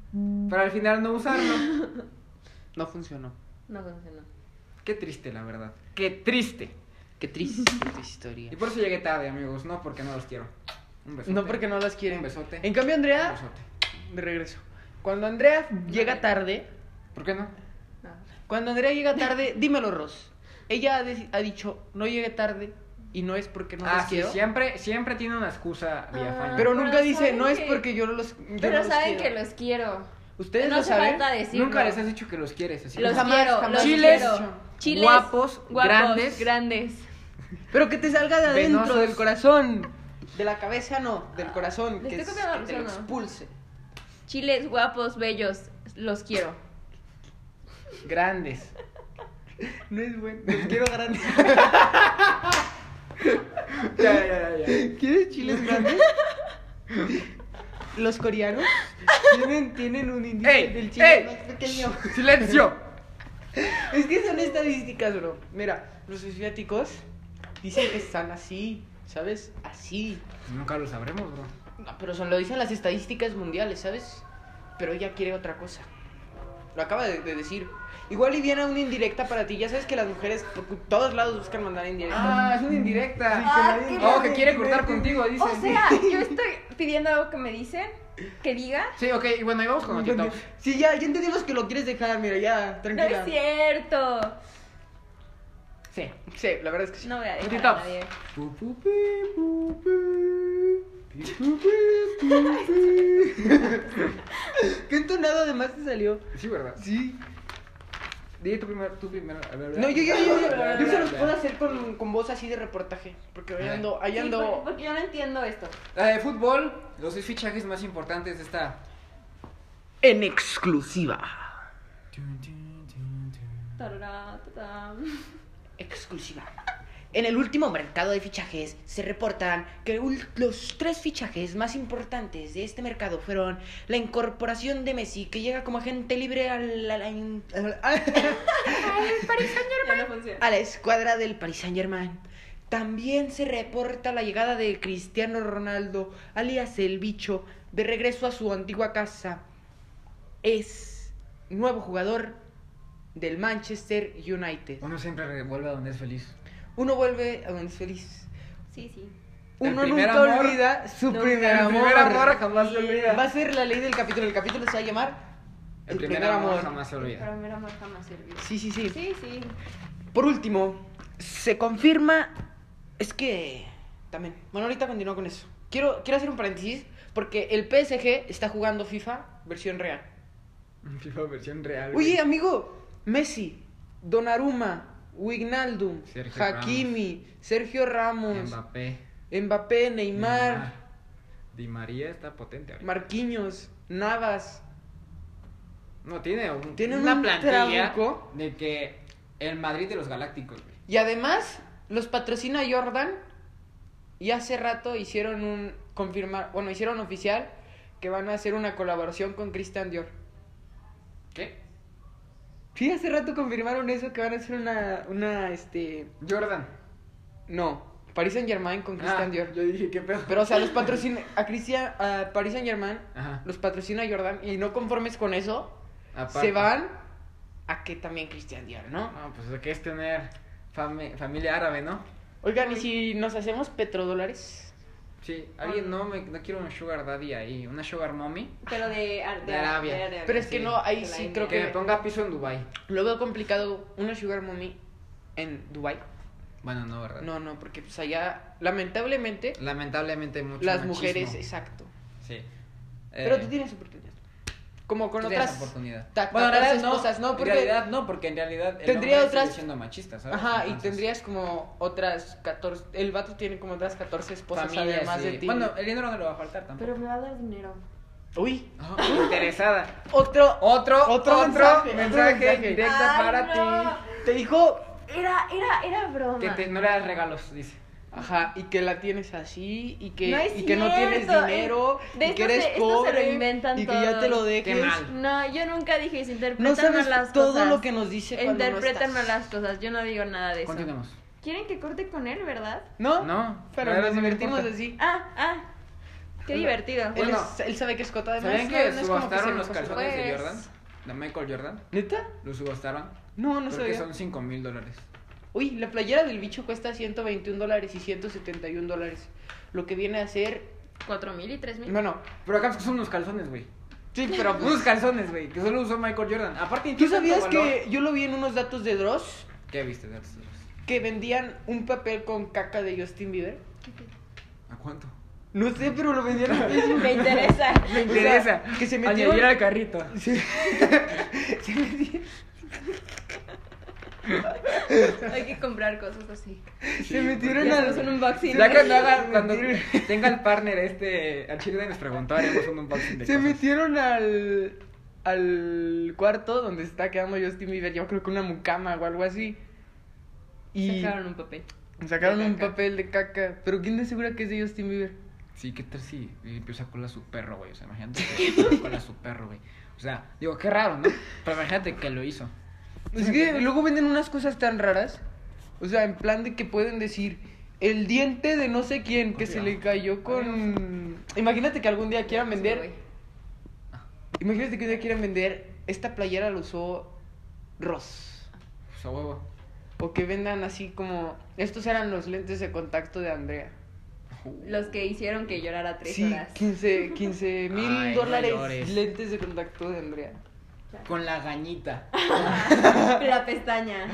para al final no usarlo.
*laughs* No funcionó.
No funcionó.
Qué triste, la verdad. Qué triste.
Qué triste esta historia.
Y por eso llegué tarde, amigos. No porque no los quiero. Un besote.
*laughs* No porque no las quieren.
Un besote.
En cambio,
Un
Andrea,
besote.
de regreso. Cuando Andrea llega tarde,
¿Por qué no?
No.
cuando Andrea llega tarde, *laughs* dímelo, Ros. Ella ha, de- ha dicho, no llegué tarde y no es porque no
ah,
las
sí,
quiero. Ah.
siempre, siempre tiene una excusa Villafaña.
Pero
Pero
nunca dice,
saben
no es
que-
porque yo no los. yo no
Pero
los
saben que
quiero".
los quiero.
Ustedes
no
lo
hace
saben.
falta decirlo.
Nunca les has dicho que los quieres, así
Los
como-
Jamás,
quiero,
jamás.
los
Chiles,
quiero. Chiles,
guapos, grandes.
grandes.
Pero que te salga de adentro,
Venosos.
del corazón. De la cabeza no, del corazón.
¿le
Que,
estoy
es-
copiando a
que te lo
Rosana?
expulse.
Chiles, guapos, bellos. Los quiero.
grandes.
No es bueno. Los quiero grandes.
ya, ya, ya, ya.
*laughs* ¿Quieres chiles grandes? *laughs* Los coreanos tienen, tienen un índice
¡Ey!
del chile
¡Ey!
más pequeño.
¡Silencio!
Es que son estadísticas, bro. Mira, los asiáticos dicen que están así, ¿sabes? Así.
Nunca lo sabremos, bro.
No, pero son, lo dicen las estadísticas mundiales, ¿sabes? Pero ella quiere otra cosa. Lo acaba de, de decir. Igual y viene una indirecta para ti. Ya sabes que las mujeres por cu- todos lados buscan mandar indirectas.
Ah, es una indirecta.
Ah,
que
qué
nadie- oh, que
bien.
quiere cortar contigo, dice.
O sea, yo estoy pidiendo algo que me dicen, que diga.
Sí, ok, y bueno, ahí vamos con los TikToks.
Sí, ya, ya entendimos que lo quieres dejar, mira, ya,
No
tranquila.
es cierto.
sí, sí, la verdad es que sí.
No voy a dejar a
TikToks.
nadie.
Pu, pu, pi, pu, pi. Pu, pi, pu, pi.
Qué entonado además te salió.
Sí, ¿verdad?
Sí.
Dile tú primero, tú primero.
No, yo, yo, yo, yo, yo se los puedo hacer con, con voz así de reportaje. Porque ahí ando, ahí
Sí, porque,
ando.
porque yo no entiendo esto.
La de fútbol, los seis fichajes más importantes de esta.
En exclusiva.
Tarara, tatam.
Exclusiva. En el último mercado de fichajes se reportan que ul- los tres fichajes más importantes de este mercado fueron la incorporación de Messi, que llega como agente libre a la, la-
Ya no funciona.
a la escuadra del Paris Saint Germain. También se reporta la llegada de Cristiano Ronaldo, alias el bicho, de regreso a su antigua casa. Es nuevo jugador del Manchester United.
Uno siempre vuelve a donde es feliz.
Uno vuelve a donde es feliz.
Sí, sí.
El
Uno
primer
nunca
amor.
olvida su
No,
primer,
el
amor.
primer amor jamás se olvida.
Va a ser la ley del capítulo. El capítulo se va a llamar
El primer, amor, jamás se olvida. *laughs*
Pero mira, más jamás sirvió.
Sí, sí, sí.
Sí, sí.
Por último, se confirma. Es que. También. Bueno, ahorita continúo con eso. Quiero, quiero hacer un paréntesis porque el PSG está jugando FIFA versión real.
FIFA versión real.
Oye,
güey.
amigo, Messi, Donnarumma, Wignaldum,
Sergio
Hakimi, Sergio Ramos,
Mbappé.
Mbappé, Neymar,
Di María está potente ahorita.
Marquinhos, Navas.
No, tiene un,
Tiene
una
un
plantilla
trabuco.
de que el Madrid de los Galácticos, güey.
Y además, los patrocina Jordan. Y hace rato hicieron un. Confirmar, bueno, hicieron oficial que van a hacer una colaboración con Christian Dior.
¿Qué?
Sí, hace rato confirmaron eso, que van a hacer una. una este.
Jordan.
No, Paris Saint Germain con Christian
Ah,
Dior.
Yo dije, ¿qué pedo?
Pero, o sea, los patrocina. A Christian. A Paris Saint Germain.
Ajá.
Los patrocina Jordan. Y no conformes con eso,
Aparte.
se van a que también Christian Dior, ¿no?
No, pues ¿qué es tener fami- familia árabe, no?
Oigan, ¿y si nos hacemos petrodólares?
Sí,
Ah.
alguien no, me, no quiero un sugar daddy ahí, una sugar mommy
Pero de, ar-
De Arabia.
Pero es que
Sí.
no, ahí
De la
sí
India.
creo
que
que.
me ponga piso en Dubai.
Lo veo complicado una sugar mommy en Dubai.
Bueno, no, verdad.
No, no, porque pues allá lamentablemente
Lamentablemente hay mucho
las
machismo.
mujeres, exacto.
Sí. Eh,
Pero tú tienes oportunidad. Como con
tú tienes
otras
oportunidad.
ta-
Bueno, en
otras
realidad no,
esposas, ¿no? Porque-
en realidad no, porque en realidad el
Tendría
hombre sigue
otras-
siendo machista, ¿sabes?
Ajá, y
Entonces,
tendrías como otras 14, el vato tiene como otras 14 esposas
familias
además
y-
de ti.
Bueno, el dinero no le va a faltar tampoco.
Pero me va a dar dinero.
uy,
Ajá, *laughs* interesada.
otro
Otro,
Otro mensaje, otro mensaje.
directo
Ay,
para
no.
ti.
te dijo,
Era, era, era broma.
Que te- no le das regalos, dice.
ajá, y que la tienes así y que
No es
y que no tienes
cierto,
dinero,
eh, de
y que
esto
eres
se- esto se lo
pobre
inventan
y que ya te lo
todos.
dejes.
Qué mal.
No, yo nunca dije eso.
No
Interpretan
sabes
las
todo
cosas.
lo que nos dice cuando no
Interpretan
estás.
las cosas. Yo no digo nada de eso.
Continuemos.
¿Quieren que corte con él, verdad?
¿No?
No,
Pero
la verdad
nos
no me
divertimos
importa.
así.
Ah, ah. Qué
Hola.
divertido.
Él,
Bueno.
es- él sabe que es cota además.
¿Sabían
no- no
que
es como
subastaron
se
los
nos ocurra.
calzones de
Pues-
Jordan? De Michael Jordan.
¿Neta?
Los subastaron.
No, no
porque
sabía.
son 5 mil dólares.
Uy, la playera del bicho cuesta 121 dólares y 171 dólares. Lo que viene a ser.
¿Cuatro mil y tres mil?
Bueno,
Pero acá son unos calzones, güey.
sí, *laughs* pero. pues,
Unos calzones, güey, que solo usó Michael Jordan. Aparte,
¿Tú
tiene tanto
sabías
valor.
que yo lo vi en unos datos de Dross
¿Qué viste de estos?
que vendían un papel con caca de Justin Bieber?
¿A cuánto?
No sé, pero lo vendían a precio.
*laughs* Me interesa.
Me
interesa. que se metió-
Añadir al carrito.
Sí. *laughs* Se vendía-
Hay que comprar cosas así.
Se metieron
Ya
al-
hacemos un unboxing.
Ya cuando, haga,
Se
cuando
metieron-
tenga el partner este, al chile nos preguntó, haremos un unboxing de
Se
cosas.
metieron al al cuarto donde está quedando Justin Bieber, yo creo que una mucama o algo así. Y
Sacaron un papel.
sacaron
de
un
caca.
papel de caca, pero quién te asegura que es de Justin Bieber?
Sí, ¿qué tal si limpió esa cola a su perro, güey? O sea, imagínate que limpió
*laughs*
esa cola a su perro, güey. O sea, digo, qué raro, ¿no? Pero imagínate que lo hizo.
Pues Es que luego venden unas cosas tan raras. O sea, en plan de que pueden decir el diente de no sé quién que se le cayó con Imagínate que algún día quieran
Sí,
vender.
güey.
Imagínate que un día quieran vender esta playera la usó Ross.
O sea, Pues, huevo.
O que vendan así como. Estos eran los lentes de contacto de Andrea.
Los que hicieron que llorara tres
Sí,
horas.
*laughs*
15 15
Ay,
mil
no
dólares
llores.
lentes de contacto de Andrea.
Con la gañita.
La pestaña.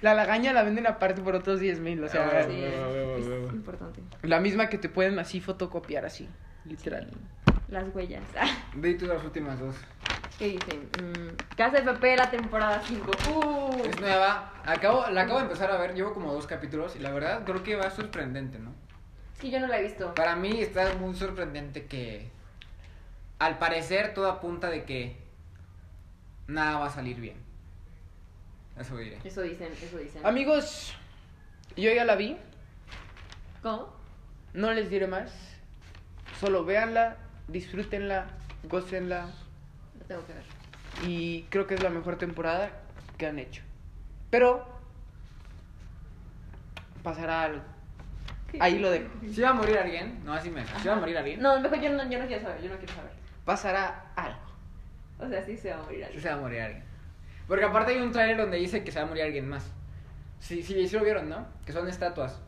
La lagaña la venden aparte por otros 10 mil. O sea,
Ah,
Sí,
huevo, huevo,
es
huevo.
importante.
la misma que te pueden así fotocopiar, así, literal.
Las huellas. *laughs*
Di tú las últimas dos.
que dicen, mm, Casa de Papel, la temporada 5. Uh,
Es nueva. Acabo, la acabo de empezar a ver, llevo como dos capítulos y la verdad creo que va sorprendente, ¿no?
es que yo no la he visto.
Para mí está muy sorprendente que al parecer todo apunta de que nada va a salir bien. Eso diré.
Eso dicen, eso dicen.
Amigos, yo ya la vi.
¿Cómo?
No les diré más. Solo véanla, disfrútenla, gócenla.
Lo tengo que ver.
Y creo que es la mejor temporada que han hecho. Pero pasará algo. Ahí lo dejo.
¿Si va a morir alguien? No, así me. ¿Si va a morir alguien?
No, mejor yo no, yo no quiero saber, yo no quiero saber.
Pasará algo.
O sea, sí se va a morir
Sí
alguien.
se va a morir alguien. Porque aparte hay un trailer donde dice que se va a morir alguien más. Sí, sí, sí lo vieron, ¿no? Que son estatuas.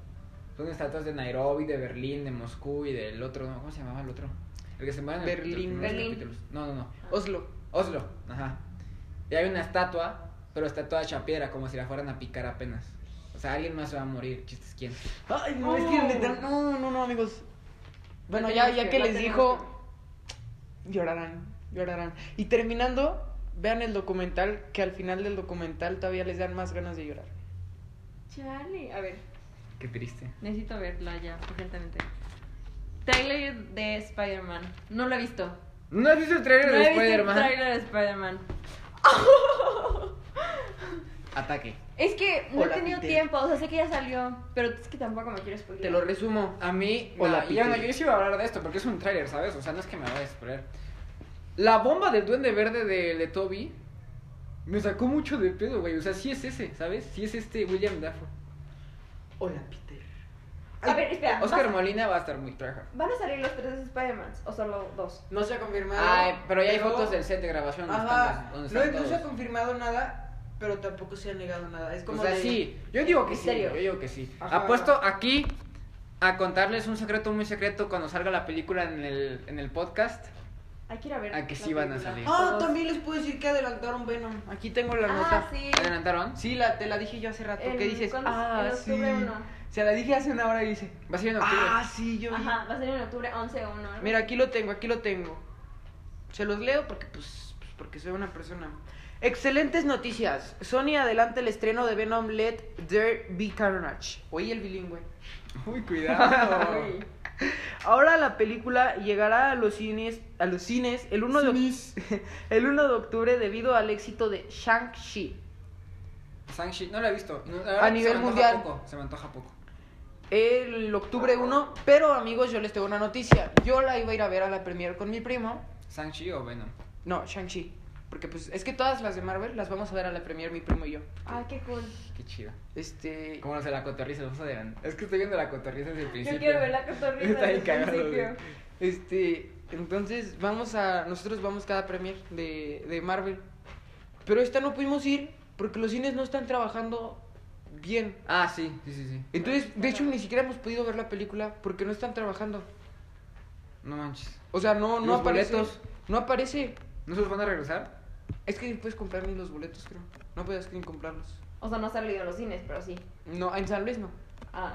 Son estatuas de Nairobi, de Berlín, de Moscú y del otro, ¿no? ¿Cómo se llamaba el otro? El que se muere en el-
Berlín.
los primeros
Berlín.
capítulos. No, no, no.
Oslo.
Oslo, ajá. Y hay una estatua, pero está toda hecha piedra, como si la fueran a picar apenas. O sea, alguien más se va a morir, chistes quién.
Ay,
no, es que literal-
no, no, no, amigos. Bueno,
La
ya,
tenemos
ya
que-
que
la
les
tenemos
dijo, llorarán, llorarán. Y terminando, vean el documental, que al final del documental todavía les dan más ganas de llorar.
Chale, a ver.
Qué triste.
Necesito verla ya, urgentemente. Trailer de Spider-Man. No lo he visto.
¿No has visto el trailer
no
de
he visto el
Spider-Man?
trailer de Spider-Man.
Ataque.
Es que no
Hola,
he tenido
Peter.
tiempo, o sea, sé que ya salió, pero es que tampoco me quiero spoiler.
Te lo resumo.
A mí,
Hola,
no, ya no,
Peter.
yo sí iba a hablar de esto porque es un trailer, ¿sabes? O sea, no es que me vaya a spoiler. La bomba del duende verde de, de Toby me sacó mucho de pedo, güey. O sea, sí es ese, ¿sabes? Sí es este William Dafoe.
Hola, Peter.
A ver, espera.
Oscar
¿vas-
Molina va a estar muy tryhard.
¿Van a salir los tres Spider-Man o solo dos?
No se ha confirmado.
Ay, pero ya hay fotos del set de grabación. donde
Ajá.
están- donde
No,
están
no se ha
todos.
confirmado nada, pero tampoco se ha negado nada. Es como
o sea,
de-
sí. Yo digo que sí.
Misterio.
Yo digo que sí.
Ajá.
Apuesto aquí a contarles un secreto muy secreto cuando salga la película en el, en el podcast.
Hay que ir a ver.
Ah, que
la
sí van a
película.
salir.
Ah, también les puedo decir que adelantaron Venom. Aquí tengo la
Ah,
nota.
sí.
¿Te adelantaron?
Sí, la, te la dije yo hace rato.
El-
que dices?
¿cuándo es?
Ah,
En
sí.
octubre uno.
Se la dije hace una hora y dice.
Va a ser en octubre.
Ah, sí, yo. vi.
Ajá, va a salir en octubre 11 o 1.
Mira, aquí lo tengo, aquí lo tengo. Se los leo porque, pues, pues, porque soy una persona. Excelentes noticias. Sony adelanta el estreno de Venom Let There Be Carnage. Oye, el bilingüe.
Uy,
*laughs*
cuidado.
Ahora la película llegará a los cines, a los cines el, 1 de, oc- *laughs* el 1 de octubre debido al éxito de Shang-Chi.
Shang-Chi, no la he visto. No, la verdad, se
nivel
me antoja
mundial.
poco, se me antoja poco.
El octubre 1, pero amigos, yo les tengo una noticia. Yo la iba a ir a ver a la premiere con mi primo.
¿Shang-Chi o Venom?
No, Shang-Chi. Porque pues es que todas las de Marvel las vamos a ver a la premiere mi primo y yo.
Ay, qué cool.
Qué chido.
Este,
Como no se la cotorriza, vamos adelante. Es que estoy viendo la cotorriza desde el principio.
Yo quiero ver la cotorrita
Está
desde
bien
el
cagado,
principio.
güey.
este, entonces vamos a nosotros vamos cada premiere de de Marvel. Pero esta no pudimos ir porque los cines no están trabajando bien.
Ah, sí, sí, sí, sí.
Entonces, de hecho, ni siquiera hemos podido ver la película porque no están trabajando.
No manches.
O sea, no, no
Los
aparece.
boletos.
No aparece.
¿No se los van a regresar?
Es que ni puedes comprar ni los boletos, creo. No puedes ni comprarlos.
O sea, no ha salido en los cines, pero sí.
No, en San Luis no.
Ah,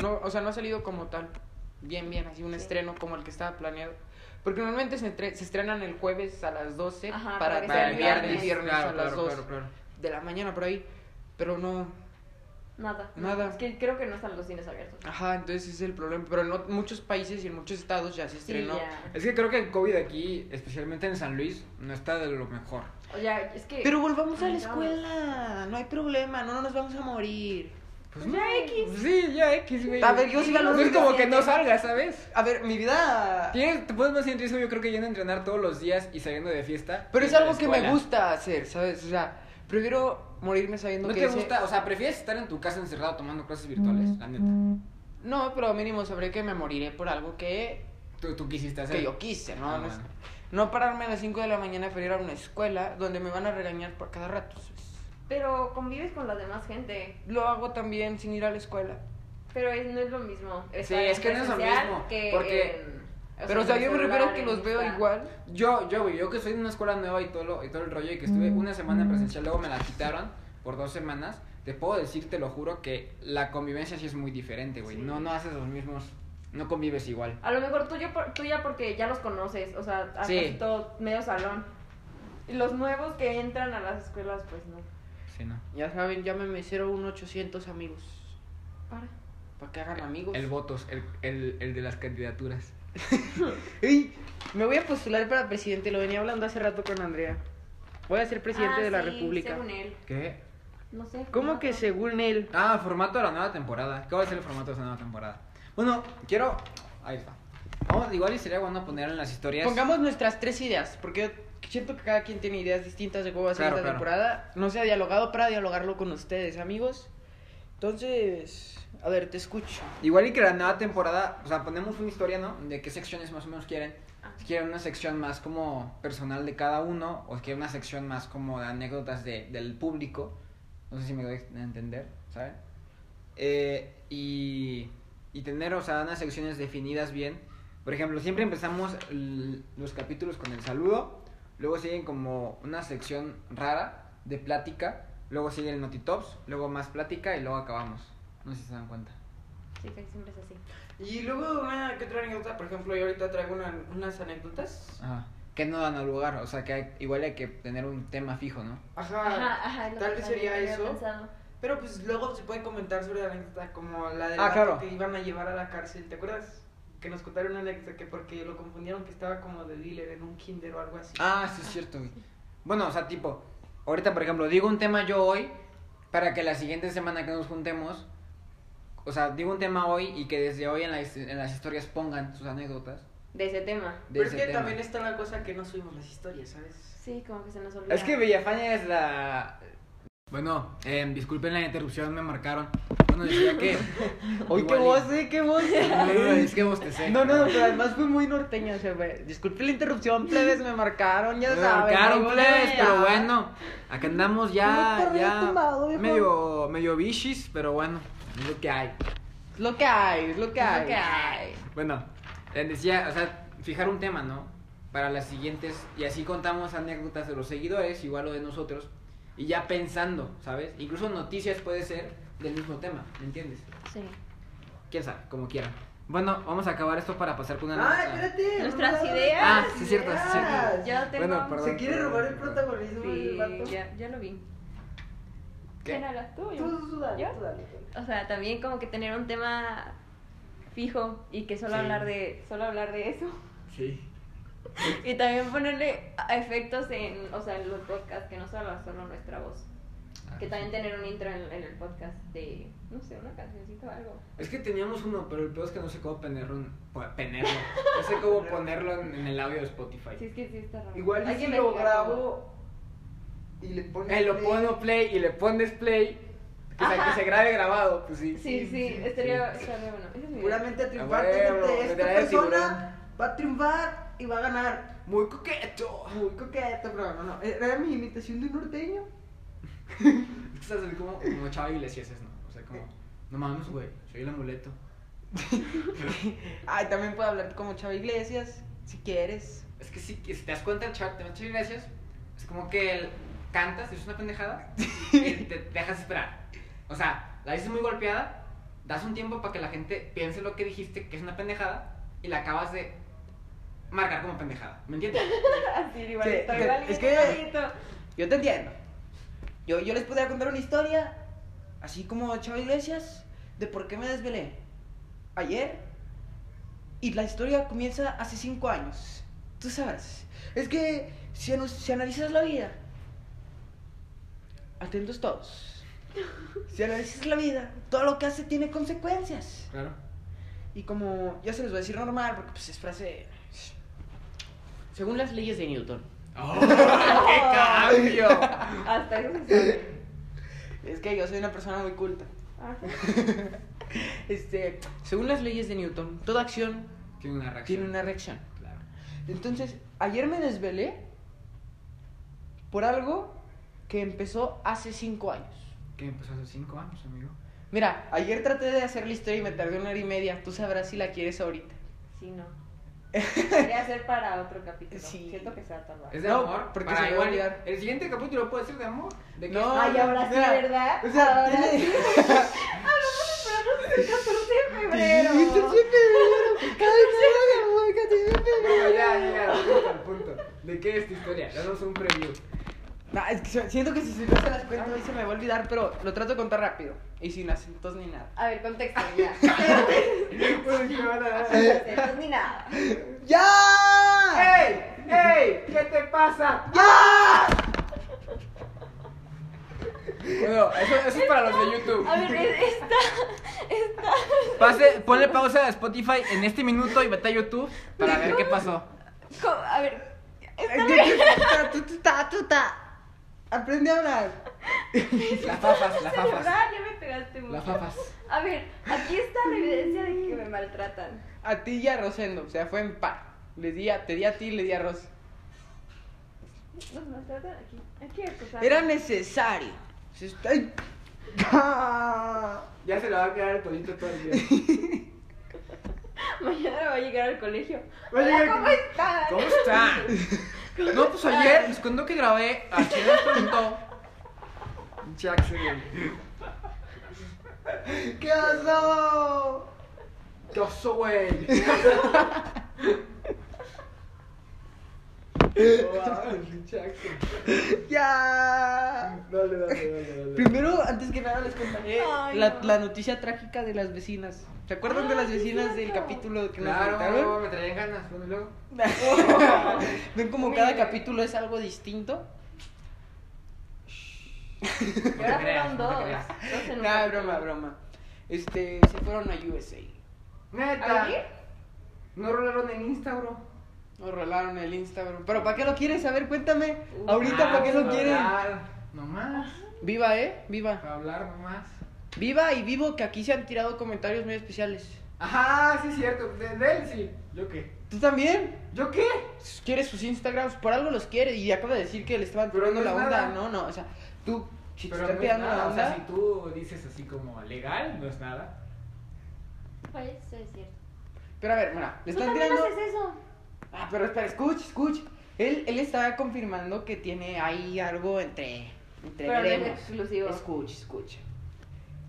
no o sea, no ha salido como tal. Bien, bien, así un
Sí.
estreno como el que estaba planeado. Porque normalmente se, entre- se estrenan el jueves a las 12 para,
Ajá, para que
para
sea
el
viernes.
viernes, viernes
claro,
a las
claro,
2
claro, claro.
de la mañana por ahí. Pero no.
nada.
Nada.
Es que creo que no están los cines abiertos.
Ajá, entonces ese es el problema. Pero en ot- muchos países y en muchos estados ya se
Sí,
estrenó.
ya.
Es que creo que el COVID aquí, especialmente en San Luis, no está de lo mejor.
O ya, es que.
Pero volvamos a la
Ay, vamos.
escuela, no hay problema, no nos vamos a morir.
Pues
Ya X.
Sí, ya X, güey.
A ver, yo sí valoro
No es
mi
como que
paciente.
no salgas, ¿sabes?
A ver, mi vida...
Tienes, te pones más en riesgo, yo creo que yendo a entrenar todos los días y saliendo de fiesta.
Pero es
de la
algo que me
escuela.
gusta hacer, ¿sabes? O sea, prefiero morirme sabiendo
¿No
que...
te
ese-
gusta? O sea, ¿prefieres estar en tu casa encerrado tomando clases virtuales? La
Mm.
neta.
No, pero mínimo sabré que me moriré por algo que,
Tú, tú quisiste hacer.
que yo quise, ¿no?
Ah,
no, es-
bueno.
no pararme a las 5 de la mañana para ir a una escuela donde me van a regañar por cada rato. ¿sabes?
Pero convives con la demás gente.
Lo hago también sin ir a la escuela.
Pero es- no es lo mismo.
Sí,
estar
es
en
que no es lo
presencial
mismo,
que
porque-
en-
Pero, o sea,
en
yo me
el
refiero a
celular,
que
en
los veo
Insta.
igual.
Yo, yo, güey, yo que soy en una escuela nueva y todo, lo- y todo el rollo y que estuve una semana presencial, luego me la quitaron por dos semanas. Te puedo decir, te lo juro, que la convivencia sí es muy diferente, güey.
Sí.
No, no haces los mismos. No convives igual.
A lo mejor tú, yo por- tú ya porque ya los conoces, o sea, a
Sí.
casi todo medio salón. Y los nuevos que entran a las escuelas, pues no.
Sí, no.
Ya saben, llámenme 01800 amigos.
Para.
Para que hagan amigos.
El votos, el, el, el de las candidaturas.
Ey, Me voy a postular para presidente. Lo venía hablando hace rato con Andrea. Voy a ser presidente
Ah,
de la
sí,
República.
Según él.
¿Qué?
No sé.
¿Cómo
no,
que
no.
según él?
Ah, formato de la nueva temporada. ¿Qué va a ser el formato de esa nueva temporada? Bueno, quiero. Ahí está. Vamos, igual y sería bueno poner en las historias.
Pongamos nuestras tres ideas, porque yo siento que cada quien tiene ideas distintas de cómo va a ser
Claro,
esta
claro.
temporada. No se ha dialogado para dialogarlo con ustedes, amigos. Entonces, a ver, te escucho.
Igual y que la nueva temporada, o sea, ponemos una historia, ¿no? De qué secciones más o menos quieren.
Ah.
Si quieren una sección más como personal de cada uno, o si quieren una sección más como de anécdotas de- del público. No sé si me doy a entender, ¿saben? Eh, y, y tener, o sea, unas secciones definidas bien. Por ejemplo, siempre empezamos l- los capítulos con el saludo, luego siguen como una sección rara de plática, luego sigue el Notitops, luego más plática y luego acabamos. No sé si se dan cuenta.
Sí, casi siempre es así.
Y luego una que otra anécdota, por ejemplo, yo ahorita traigo una- unas anécdotas.
Ajá. Que no dan al lugar, o sea que hay- igual hay que tener un tema fijo, ¿no?
Ajá,
Ajá, ajá. es lo
Ah, tal
que
vez
también
sería
había
eso.
pensado.
Pero pues luego se puede comentar sobre la anécdota como la del
Ah,
vato
claro.
que iban a llevar a la cárcel, ¿te acuerdas? Que nos contaron una anécdota que porque lo confundieron que estaba como de dealer en un kinder o algo así.
Ah, sí es cierto, güey. Bueno, o sea, tipo, ahorita por ejemplo, digo un tema yo hoy para que la siguiente semana que nos juntemos, o sea, digo un tema hoy y que desde hoy en, la his- en las historias pongan sus anécdotas
De ese tema.
de
Pero es
ese
que
tema.
también está la cosa que no subimos las historias, ¿sabes?
Sí, como que se nos olvida.
Es que Villafaña es la... Bueno, eh, disculpen la interrupción, me marcaron. Bueno, decía *laughs* que...
Oye, qué
igual y- *laughs*
voz, eh, qué voz.
No, no, no, es que
*laughs*
bostecé.
No, no, pero además fue muy norteña, o sea, fue, Disculpe la interrupción, plebes, me marcaron, ya
Me
saben.
marcaron,
luego,
plebes,
ya.
pero bueno, acá andamos
Yo
ya,
no te había
ya
tumbado, viejo.
medio, medio bichis, pero bueno, es lo que hay.
Es Lo que hay, es lo que
Es lo
hay.
que hay.
Bueno, les decía, o sea, fijar un tema, ¿no? Para las siguientes, y así contamos anécdotas de los seguidores, igual o de nosotros, y ya pensando, ¿sabes? Incluso noticias puede ser del mismo tema, ¿me entiendes?
Sí.
Quién sabe, como quieran. Bueno, vamos a acabar esto para pasar con una
Ah,
nota.
espérate.
Nuestras
no, no, no,
ideas.
Ah, sí, cierto, sí, cierto.
ideas.
Yo tengo.
Bueno, perdón.
Se quiere robar el
perdón.
protagonismo el vato.
Sí, ya, ya lo vi.
¿Qué?
¿Quién hablas tú? yo?
Tú, tú dale,
¿Yo?
tú dale.
O sea, también como que tener un tema fijo y que solo
Sí.
hablar de solo hablar de eso *laughs*
Sí.
y también ponerle a- efectos en, o sea, en los podcasts que no solo solo nuestra voz,
Ah,
que también tener un intro en, en el podcast de no sé, una cancioncita o algo.
Es que teníamos uno, pero el peor es que no sé cómo ponerlo, en- po- ponerlo. No sé
*laughs*
cómo ponerlo en, en el audio de Spotify.
Sí, es que sí está raro.
Igual
Hay
y si
que
lo
mezclarlo.
grabo y le pones.
Eh, lo pongo play y le pones play. Que, se-
Ajá.
que se grabe grabado, pues sí.
Sí, sí, estaría estaría bueno. Esa es mi idea.
Seguramente a triunfar,
A huevo,
teniente. esta
medalla de
persona va a triunfar y va a ganar.
Muy coqueto.
Muy coqueto, pero no, no. Era mi imitación de un norteño.
Es que estás así como, como Chava Iglesias, ¿no? O sea, como, no mames, güey, soy el amuleto.
Ay, también puedo hablar como Chava Iglesias, si quieres.
Es que si, que si te das cuenta, Chava, te Chava Iglesias, es como que el- cantas, dices una pendejada y te dejas esperar. O sea, la dices muy golpeada, das un tiempo para que la gente piense lo que dijiste, que es una pendejada, y la acabas de marcar como pendejada. ¿Me entiendes?
*laughs* Así, igual,
Sí,
está
que-
igualito,
es que-
igualito.
Yo te entiendo. Yo, yo les podría contar una historia, así como Chava Iglesias, de por qué me desvelé ayer. Y la historia comienza hace cinco años. Tú sabes. Es que si, anu- si analizas la vida, atentos todos. Si analizas la vida, todo lo que hace tiene consecuencias.
Claro.
Y como ya se los voy a decir normal, porque pues es frase. Según las leyes de Newton.
¡Oh, ¡Qué cambio!
*laughs*
Hasta eso se sabe.
Es que yo soy una persona muy culta.
Ajá.
Este, según las leyes de Newton, toda acción
Tiene una reacción.
tiene una reacción.
Claro.
Entonces, ayer me desvelé por algo que empezó hace cinco años.
Que empezó hace 5 años, amigo.
Mira, ayer traté de hacer la historia y me tardé una hora y media. Tú sabrás si la quieres ahorita. *laughs*
Sí, no. Debería ser para otro capítulo.
Sí.
Siento que se va a tardar.
¿Es de
No,
amor?
porque
Para
se me va a
igual-
olvidar.
El siguiente capítulo puede ser de amor. ¿De qué?
No,
Ay, ahora sí,
mira,
¿verdad?
O sea, *laughs*
ahora
*laughs*
tiene-
sí. Pero no sé, 14 de febrero.
14 de febrero. 14 de febrero.
Bueno, ya, ya, ya, al punto. ¿De qué es tu historia? Danos un preview.
Nah, Ah, es que se- siento que si si no se las cuento hoy se me va a olvidar, pero lo trato de contar rápido. Y sin acentos ni nada.
A ver, contexto,
*laughs*
ya.
Pues, ¿qué van a dar?
Entonces, ni nada.
¡Ya!
¡Ey! ¡Ey! ¿Qué te pasa?
Bueno, eso, eso es para los de YouTube.
A ver, es- esta, esta.
Pase, ponle pausa a Spotify en este minuto y vete a YouTube para ver qué pasó.
co- A ver,
Ta, tu, tu, ta, tu, ta. Aprende a hablar.
Las fafas, las fafas.
celular, ya me pegaste
Las
mucho.
fafas.
A ver, aquí está la evidencia de que me maltratan.
A ti y a Rosendo, o sea, fue en par. Le di a, te di a ti y le di a Ros.
Nos maltratan aquí. Aquí acosar.
Era necesario. Se está- ¡Ay! Ah.
Ya se le va a quedar el pollito todo el día.
Mañana va a llegar al colegio.
Va a llegar
Hola, ¿cómo
al-
estás? *laughs*
*laughs*
¿Cómo está? No, pues ayer les cuento que grabé. ¿A quién les preguntó? Jackson.
¡Qué oso!
¿Qué oso, güey? Jackson.
¡Ya!
Dale, dale, dale, dale.
Primero, antes que nada, les contaré
Ay,
la,
no.
la noticia trágica de las vecinas. ¿Se acuerdan de
Ah,
las
sí,
vecinas del
cierto.
capítulo que nos
Claro,
contaron?
me traían ganas. Bueno, y luego.
¿Ven como
Muy
cada
bien.
capítulo es algo distinto?
Y ahora
No te creas,
fueron
no te
dos.
creas.
Dos en un
Nah,
capítulo.
broma, broma. Este, se fueron a USA.
Neta.
¿A mí?
No rolaron en Instagram.
Nos rolaron el Instagram. ¿Pero para qué lo quieres? A ver, cuéntame. Ahorita, ¿para qué lo quieren?
Ah, No más.
Viva, ¿eh? Viva.
Para hablar nomás.
Viva y vivo, que aquí se han tirado comentarios muy especiales.
Ajá, sí es cierto. De, de él sí. ¿Yo qué?
¿Tú también?
¿Yo qué?
quiere sus Instagrams, por algo los quiere y acaba de decir que le estaban
Pero
tirando
no
la
es
onda,
nada.
no, no, o sea, tú si te
Pero
están
no es
tirando la
nada. O
onda,
sea, si tú dices así como legal, no es nada.
Pues eso es cierto.
pero a ver, mira, le
¿Tú
están
también
tirando
haces eso?
Ah, pero espera, escucha, escucha. Él él está confirmando que tiene ahí algo entre entre
Pero no es
veremos.
exclusivo.
Escucha, escucha.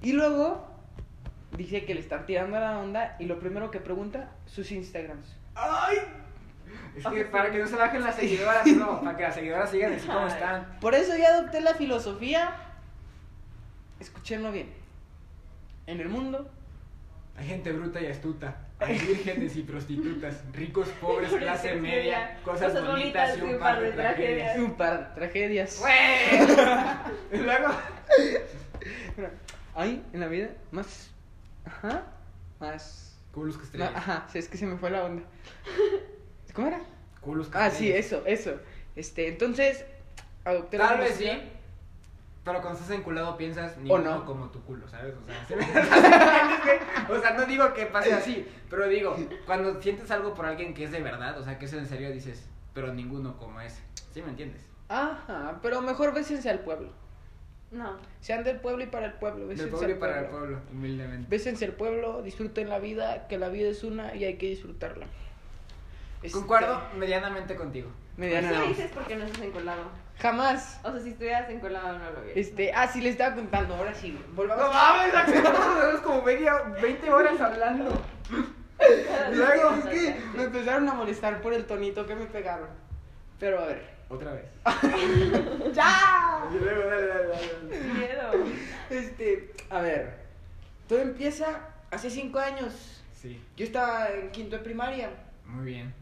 Y luego dice que le están tirando la onda y lo primero que pregunta sus Instagrams.
¡Ay! Es que para que no se bajen las seguidoras, no. Para que las seguidoras sigan así como
Ay.
están.
Por eso ya adopté la filosofía. Escúchenlo bien. En el mundo
Hay gente bruta y astuta. Hay vírgenes y prostitutas. Ricos, pobres,
Pobres,
clase
clase
media.
media,
Cosas,
cosas
bonitas y un par de tragedias.
un par de tragedias.
Y *laughs* luego.
Mira, Hay en la vida más. Ajá. Más.
Culos que
ma-
estrellan.
ajá, sí, es que se me fue la onda. ¿Cómo era?
Culos que
Ah, sí,
estrellan.
eso, eso. Este, entonces, adopté la
Tal vez sí.
filosofía-
Pero cuando estás enculado piensas ni
O
uno
no.
como tu culo, ¿sabes? *laughs* O sea, se me- es que, o sea, no digo que pase así, pero digo, cuando sientes algo por alguien que es de verdad, o sea, que es en serio, dices, pero ninguno como ese. ¿Sí me entiendes?
Ajá, pero mejor bésense al pueblo.
No.
Sean del pueblo y para el pueblo.
Del
Bésense
pueblo y
al
para el
pueblo.
pueblo, humildemente.
Bésense al pueblo, disfruten la vida, que la vida es una y hay que disfrutarla. Este,
Concuerdo Pues medianamente contigo.
Eso
Mediana.
Pues lo dices porque no estás encolado.
Jamás.
O sea, si estuvieras encolado no lo hubieras.
Este, ah, sí, le estaba contando, ahora sí, volvamos.
No mames, Axel, nosotros como media, 20 horas hablando.
*laughs*
Luego es que me empezaron a molestar por el tonito que me pegaron. Pero a ver.
Otra vez.
¡Ya!
Y luego, dale, dale, dale.
Qué miedo.
Este, a ver. Todo empieza hace cinco años.
Sí,
Yo estaba en quinto de primaria.
muy bien.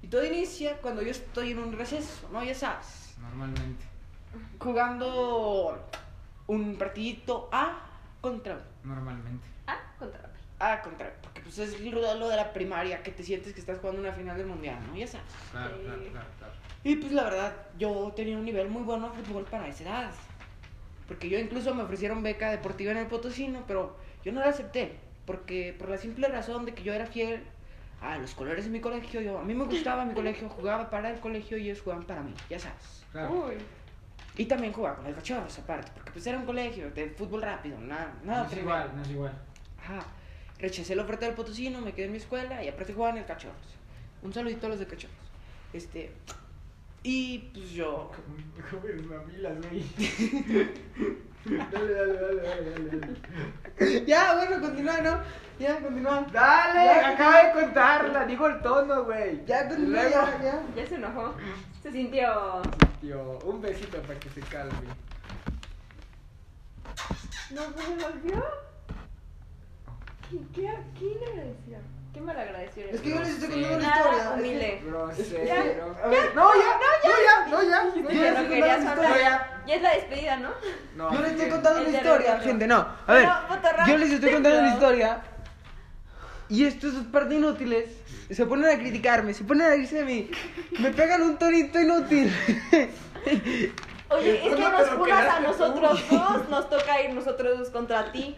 Y todo inicia cuando yo estoy en un receso, ¿no? Ya sabes.
Normalmente.
Jugando un partidito A contra B.
Normalmente.
Ah, contra mí.
A contra B. Porque pues es lo lo de la primaria, que te sientes que estás jugando una final del mundial, ¿no? Ya sabes.
Claro,
Sí.
claro, claro, claro.
Y pues la verdad, yo tenía un nivel muy bueno de fútbol para esa edad. Porque yo incluso me ofrecieron beca deportiva en el Potosino, pero yo no la acepté. Porque por la simple razón de que yo era fiel a los colores de mi colegio, yo, a mí me gustaba mi colegio, jugaba para el colegio y ellos jugaban para mí, ya sabes.
Claro.
Uy.
Y también jugaba con los cachorros aparte, porque pues era un colegio de fútbol rápido, nada, nada.
no es
tremendo.
igual, no es *laughs* igual.
Ajá. Rechacé la oferta del Potosino, me quedé en mi escuela y aparte jugaba en el Cachorros. Un saludito a los de Cachorros. Este. Y pues yo. *laughs*
Comes mamilas, güey. Dale, dale, dale, dale, dale, dale.
Ya, bueno, continúa, ¿no? Ya, continúa.
Dale,
Ya.
acaba de contarla, digo el tono, güey.
Ya, continúa,
Luego-
ya, ya.
Ya se enojó. Se sintió.
Tío, un besito para que se calme.
No, pues se volvió. ¿Qué, qué, qué inagradeció? Qué malagradecido.
Es que yo les estoy contando una
Nada
historia. es que-
humilde.
Grosero.
A ver,
No, ya, no, ya, no, ya.
No,
No,
yo les
ya no
estoy
querías
contando
hablar.
una
historia.
Ya es la despedida, ¿no?
No,
Yo les estoy
bien.
contando una
El de
historia,
regreso.
gente, no. A ver,
No, Motorrad.
yo les estoy contando una
No.
historia. Y estos dos par de inútiles se ponen a criticarme, se ponen a irse de mí. Me pegan un tonito inútil. *laughs*
Oye, es
Tú
que
no te
nos
lo
juras a
quedaste tú.
nosotros dos, nos toca ir nosotros dos contra ti.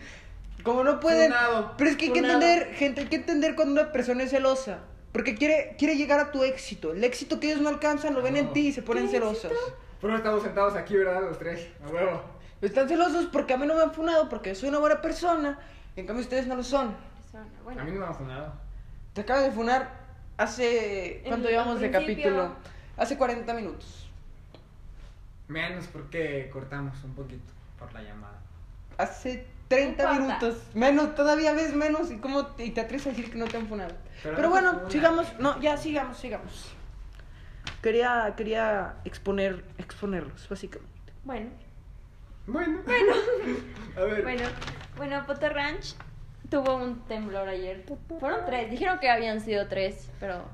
Como no pueden.
Funado.
Pero es que hay que
Funado.
entender, gente, hay que entender cuando una persona es celosa. Porque quiere, quiere llegar a tu éxito. El éxito que ellos no alcanzan lo ven en
No.
ti y se ponen
¿Qué
celosas.
Pero estamos sentados aquí, ¿verdad? Los tres. A huevo.
Están celosos porque a mí no me han funado, porque soy una buena persona. En cambio, ustedes no lo son.
A mí
Bueno,
no me ha funado.
Te acabas de funar hace. ¿Cuánto
En-
llevamos de
al principio.
capítulo? Hace 40 minutos.
Menos porque cortamos un poquito por la llamada.
Hace 30
No importa.
minutos. Menos, todavía ves menos. ¿Y cómo te, y te atreves a decir que no te han funado? Pero,
Pero no te
bueno,
funan.
sigamos. No, ya sigamos, sigamos. Quería, quería exponer, exponerlos, básicamente.
bueno,
Bueno. Bueno. *laughs* A ver.
bueno, bueno, Potter Ranch tuvo un temblor ayer. Fueron tres, dijeron que habían sido tres, pero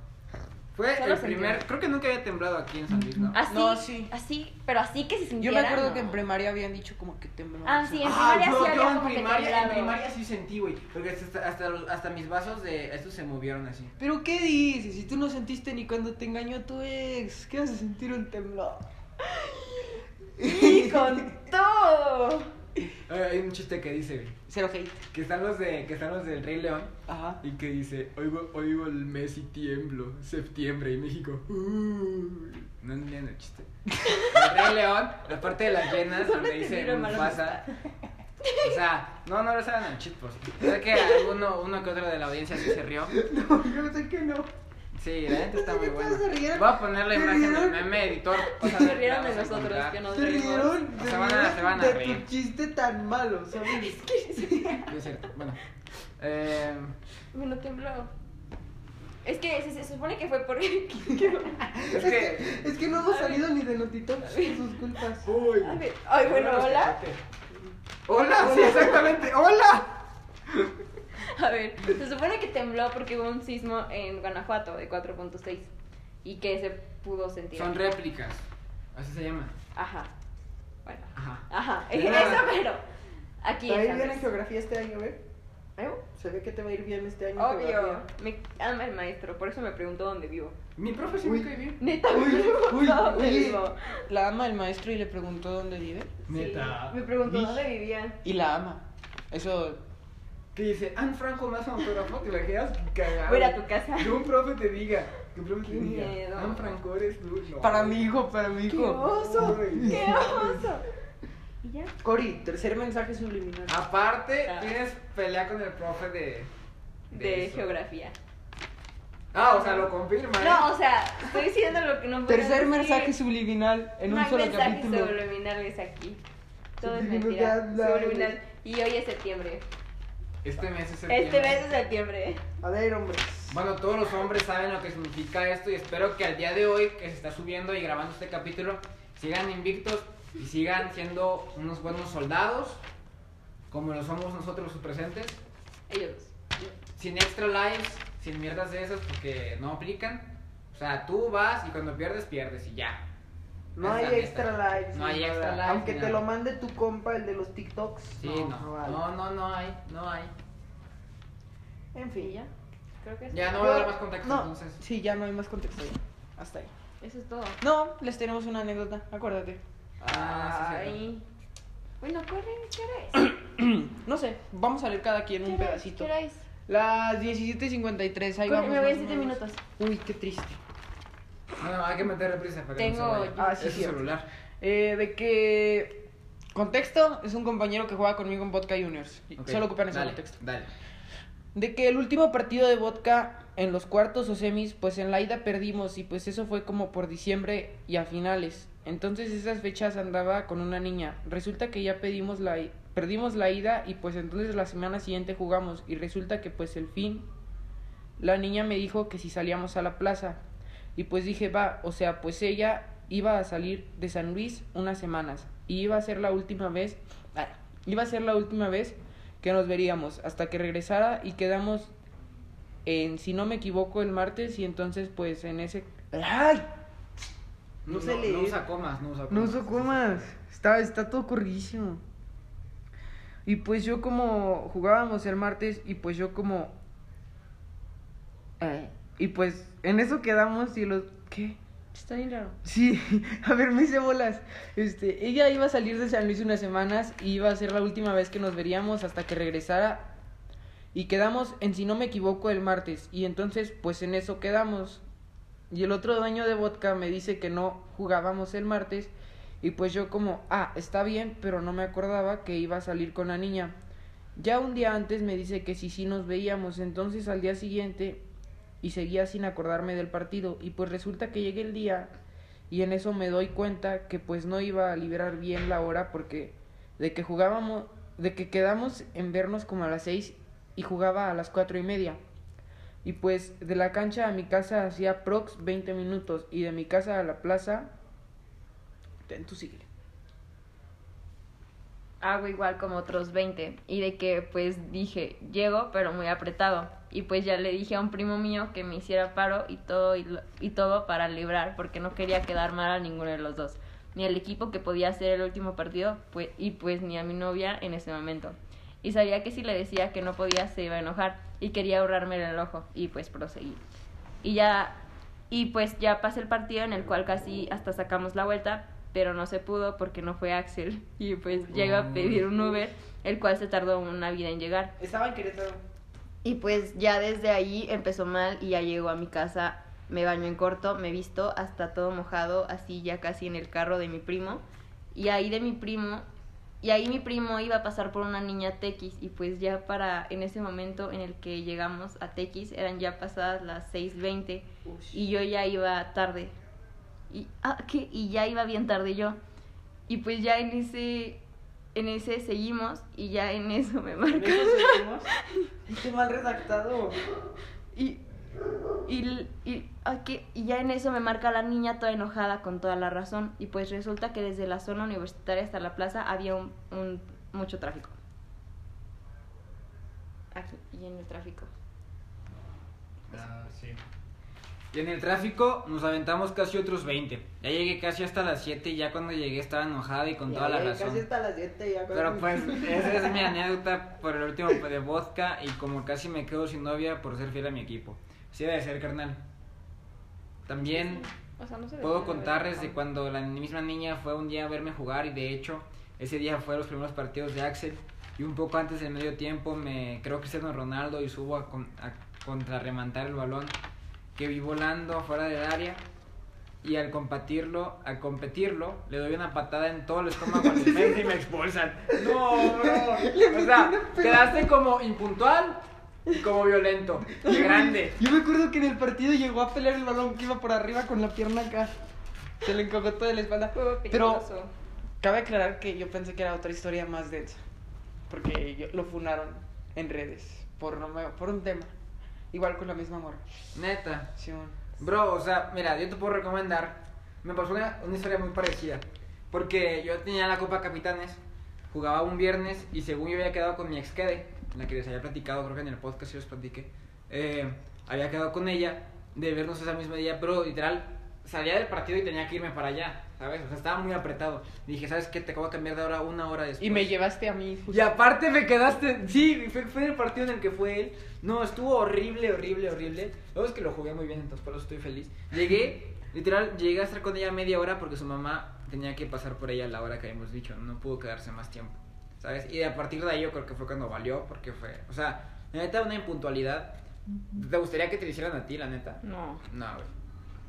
Fue
Solo Ah,
el
sentí.
primer. Creo que nunca había temblado aquí en San Luis, ¿no?
así,
No, sí.
así, pero así que se
Yo
sintieran.
me acuerdo
no.
que en primaria habían dicho como que temblaba.
Ah, sí, en primaria sí había como que
en
temblado.
primaria sí sentí, güey. Porque hasta, hasta, los- hasta mis vasos de estos se movieron así.
Pero ¿qué dices? Si tú no sentiste ni cuando te engañó tu ex, ¿qué vas a sentir un temblor?
Y con todo.
Ay, Eh, Hay un chiste que dice, güey,
*laughs* Cero hate.
que están los de, que están los del Rey León
Ajá.
y que dice, oigo, oigo el mes y tiemblo, septiembre y México.
Mm.
"Uy". No entiendo el chiste. El Rey León, la parte de las llenas
Solo
donde dice
entendieron mal la
Mufasa. O sea, no, no lo saben al chip, pues. Sé que alguno, uno que otro de la audiencia sí se rió.
No, yo sé que no.
Sí, la gente está
¿Por qué
*laughs*
muy
todos
buena.
se rieron?
Voy a poner la
¿Se
imagen del
rieron?
meme editor.
Se rieron de nosotros, que nos
Se
reímos.
rieron,
Se van a- se van a
de
reír.
tu chiste tan malo, ¿sabes?
Es cierto, bueno. Eh,
Me lo tembló. Es que se, se supone que fue porque... *laughs*
es que...
*laughs* Es que no hemos salido ni de notito por sus culpas.
Uy.
A ver, Ay, bueno, hola.
Hola, sí, exactamente. Hola.
A ver, se supone que tembló porque hubo un sismo en Guanajuato de 4.6 y que se pudo sentir.
Son réplicas. Así se llama.
Ajá. Bueno.
Ajá.
Ajá.
De
*laughs* Eso,
nada.
pero. Aquí
¿Te va a ir
en
bien
San
en
Luis.
geografía este año, ve?
¿Eh?
Se ve que te va a ir bien este año. en
Obvio.
geografía.
Me ama el maestro, por eso me preguntó dónde vivo.
Mi profe sí
Uy.
me cae bien.
Neta, me preguntó
uy,
dónde
oye.
vivo.
La ama el maestro y le preguntó dónde vive.
Sí, me preguntó
Uy.
dónde vivía.
Y la ama. Eso.
Que dice, Anne Franco me hace un autógrafo, te la quedas cagado.
Voy a ir a tu casa.
Que un profe te diga. Que un profe te
Qué
diga.
miedo.
Anne Franco eres tú. No.
Para mi hijo, para mi
¡Qué
hijo.
oso!
Uy.
¡Qué oso! ¿Y ya?
Cori, tercer mensaje subliminal.
Aparte,
Ah.
tienes pelea con el profe de.
De
eso.
geografía.
Ah, o sea, lo confirma. ¿eh?
No, o sea, estoy diciendo lo que no puedo
Tercer
decir.
mensaje subliminal en
no
un
hay
solo
mensajes
capítulo.
subliminales aquí. Todo es mentira.
Subliminal, la-
Subliminal. Y hoy es septiembre.
Este mes es el
Este mes es septiembre.
A ver, hombres.
Bueno, todos los hombres saben lo que significa esto y espero que al día de hoy que se está subiendo y grabando este capítulo sigan invictos y sigan siendo unos buenos soldados como lo somos nosotros los presentes,
Ellos dos.
sin extra lives, sin mierdas de esas porque no aplican. O sea, tú vas y cuando pierdes pierdes y ya.
No hay
Esa neta.
extra lives.
No hay
ni
extra
nada.
lives,
Aunque
ni
te
nada.
lo mande tu compa, el de los TikToks.
Sí, no. No,
vale.
no, no, hay, no hay.
En
Y
fin,
ya. Creo que es-
Ya no
Yo-
va a dar más contacto
no,
entonces.
Sí, ya no hay más contexto. ya. Hasta ahí.
eso es todo.
No, les tenemos una anécdota, acuérdate.
Ah, sí, cierto.
Ay. Bueno, corre, ¿qué hora es?
No sé, vamos a leer cada quien
¿Qué
un
hora es?
pedacito.
¿Qué hora es?
Las 17.53, ahí
Corre,
vamos.
me voy
más
en
o
7
menos.
minutos.
Uy, qué triste.
Bueno, hay que meterle prisa para que
Tengo-
no se vaya.
Ah, sí,
es su
cierto.
celular.
Eh, de que. Contexto, es un compañero que juega conmigo en Vodka Juniors.
Ok,
Solo ocupan ese
dale,
contexto.
Dale.
De que el último partido de Vodka en los cuartos o semis, pues en la ida perdimos y pues eso fue como por diciembre y a finales. Entonces esas fechas andaba con una niña. Resulta que ya pedimos la i- perdimos la ida y pues entonces la semana siguiente jugamos y resulta que pues el fin la niña me dijo que si salíamos a la plaza y pues dije va, o sea, pues ella iba a salir de San Luis unas semanas y iba a ser la última vez, ah, iba a ser la última vez que nos veríamos hasta que regresara y quedamos en si no me equivoco el martes y entonces pues en ese ay
No,
No sé
no-
leer.
no usa comas, no usa comas.
no uso comas. Está, está todo corridísimo. Y pues yo como jugábamos el martes y pues yo como... eh, y pues en eso quedamos y los... ¿Qué?
Está bien raro.
Sí, *laughs* a ver, me hice bolas. Este, ella iba a salir de San Luis unas semanas y iba a ser la última vez que nos veríamos hasta que regresara. Y quedamos, en si no me equivoco, el martes. Y entonces, pues en eso quedamos. Y el otro dueño de vodka me dice que no jugábamos el martes. Y pues yo como, ah, está bien, pero no me acordaba que iba a salir con la niña. Ya un día antes me dice que sí, sí nos veíamos. Entonces al día siguiente y seguía sin acordarme del partido. Y pues resulta que llegué el día y en eso me doy cuenta que pues no iba a liberar bien la hora porque de que jugábamos, de que quedamos en vernos como a las seis y jugaba a las cuatro y media. Y pues de la cancha a mi casa hacía prox 20 minutos y de mi casa a la plaza... Ten tu sigue.
hago igual como otros 20 y de que pues dije, llego pero muy apretado y pues ya le dije a un primo mío que me hiciera paro y todo y, lo- y todo para librar porque no quería quedar mal a ninguno de los dos, ni al equipo que podía ser el último partido pues, y pues ni a mi novia en ese momento. Y sabía que si le decía que no podía se iba a enojar y quería ahorrarme el enojo y pues proseguí. Y ya y pues ya pasé el partido en el cual casi hasta sacamos la vuelta, pero no se pudo porque no fue Axel. Y pues llegó a pedir un Uber, el cual se tardó una vida en llegar.
Estaba en Querétaro.
Y pues ya desde ahí empezó mal y ya llegó a mi casa, me baño en corto, me visto hasta todo mojado, así ya casi en el carro de mi primo. Y ahí de mi primo, y ahí mi primo iba a pasar por una niña Tequis y pues ya para en ese momento en el que llegamos a Tequis eran ya pasadas las 6.20 y yo ya iba tarde. Y, ah, ¿qué? y ya iba bien tarde yo. Y pues ya en ese, en ese seguimos y ya en eso me marca.
*laughs* Qué mal redactado.
Y, y, y, ah, ¿qué? y ya en eso me marca la niña toda enojada con toda la razón. Y pues resulta que desde la zona universitaria hasta la plaza había un, un- mucho tráfico. Aquí, y en el tráfico.
Ah, sí. Y en el tráfico nos aventamos casi otros 20. Ya llegué casi hasta las 7 y ya cuando llegué estaba enojada y con toda la razón.
Eh, las 7 ya.
Pero pues, esa
*laughs*
es mi anécdota por el último de vodka y como casi me quedo sin novia por ser fiel a mi equipo. Así debe ser, carnal. También
O sea, no se debería
puedo
haber
contarles de
enojado.
cuando la misma niña fue un día a verme jugar y de hecho ese día fue los primeros partidos de Axel y un poco antes del medio tiempo me creo Cristiano Ronaldo y subo a, con- a contrarremantar el balón que vi volando fuera del área y al competirlo, al competirlo, le doy una patada en todo el estómago al defensa y me expulsan. No, bro. O sea, quedaste como impuntual y como violento. Y grande.
Yo me acuerdo que en el partido llegó a pelear el balón que iba por arriba con la pierna acá. Se le encogó toda la espalda.
Juego
Pero
peligroso.
cabe aclarar que yo pensé que era otra historia más densa. Porque yo- lo funaron en redes por, no me- por un tema. Igual con la misma morra.
Neta.
Sí, un-
Bro, o sea, mira, yo te puedo recomendar. Me pasó una, una historia muy parecida. Porque yo tenía la Copa Capitanes, jugaba un viernes y según yo había quedado con mi ex Kede, la que les había platicado, creo que en el podcast yo les platiqué. eh, había quedado con ella de vernos esa misma día, pero literal salía del partido y tenía que irme para allá, ¿sabes? O sea, estaba muy apretado. Y dije, ¿sabes qué? Te acabo de cambiar de hora una hora después.
Y me llevaste a mí.
Y aparte me quedaste. Sí, fue, fue el partido en el que fue él. No, estuvo horrible, horrible, horrible. Luego es que lo jugué muy bien, entonces por eso estoy feliz. Llegué, literal, llegué a estar con ella media hora porque su mamá tenía que pasar por ella a la hora que habíamos dicho. No pudo quedarse más tiempo, ¿sabes? Y a partir de ahí yo creo que fue cuando valió porque fue. O sea, la neta, una impuntualidad. ¿Te gustaría que te lo hicieran a ti, la neta?
No.
No, güey.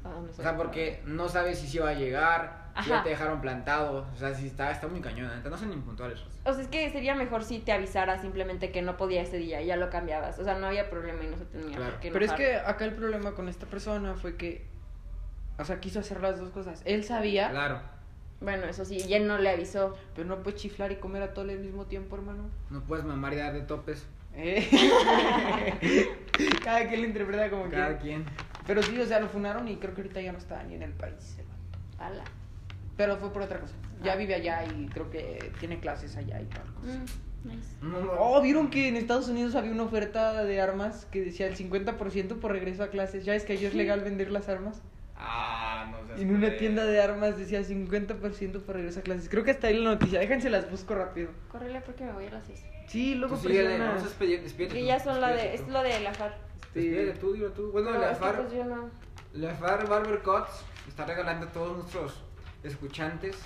ah, no
O sea, porque no sabes si se iba a llegar, si ya
Ajá.
te dejaron plantado. O sea, si está, está muy cañón, la neta. No son impuntuales, Rosa.
O sea, es que sería mejor si te avisara simplemente que no podía ese día y ya lo cambiabas. O sea, no había problema y no se tenía
Claro.
por qué
Pero es
enojar.
que acá el problema con esta persona fue que. O sea, quiso hacer las dos cosas. Él sabía
Claro.
Bueno, eso sí, Jen no le avisó.
Pero no puedes chiflar y comer a todo al mismo tiempo, hermano.
No puedes mamar y dar de topes.
Eh.
*laughs*
Cada quien lo interpreta como quiere.
Cada quien.
Pero sí, o sea, lo funaron y creo que ahorita ya no está ni en el país. el vato.
Ala.
Pero fue por otra cosa. Ya
Ah.
vive allá y creo que tiene clases allá y tal. cosa.
Mm, nice.
No, no.
Oh, ¿vieron que en Estados Unidos había una oferta de armas que decía el 50% por regreso a clases? Ya es que allí es legal vender las armas.
Ah, no seas
En una
culero.
tienda de armas decía 50% por regreso a clases. Creo que hasta ahí la noticia. Déjense las busco rápido.
Córrele porque me voy a las 6.
Sí,
Tú
luego
síguele,
presiona.
vamos a despedir- despídete
Que
tú,
ya son la de.
despídete
Es
tú.
lo de la FAR.
este,
Despídete tú, dilo tú. Bueno,
Pero
la
es que,
FAR.
pues, yo no.
La FAR Barber Cuts está regalando a todos nuestros escuchantes,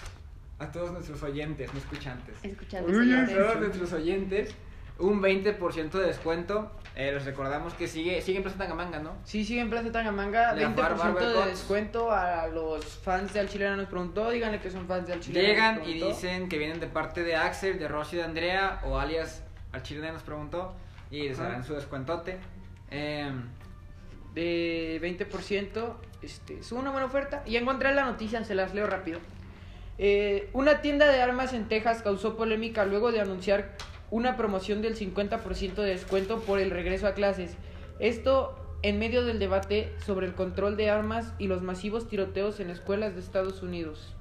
a todos nuestros oyentes, no escuchantes.
Escuchando.
Uy,
A
señores.
todos nuestros oyentes, un 20% de descuento. Eh, les recordamos que sigue, sigue en Plaza Tangamanga, ¿no?
Sí, sí, en Plaza Tangamanga,
La
20%
Bar Barber
de
Cuts.
descuento a los fans de Al Chileno nos preguntó, díganle que son fans de Al Chileno.
Llegan
Nos
y
Preguntó.
dicen que vienen de parte de Axel, de Rosy, de Andrea o alias al chileno nos preguntó y les
Ajá.
harán su descuentote. Eh,
de 20%, este, es una buena oferta. Y encontré la noticia, se las leo rápido. Eh, una tienda de armas en Texas causó polémica luego de anunciar una promoción del 50% de descuento por el regreso a clases. Esto en medio del debate sobre el control de armas y los masivos tiroteos en escuelas de Estados Unidos.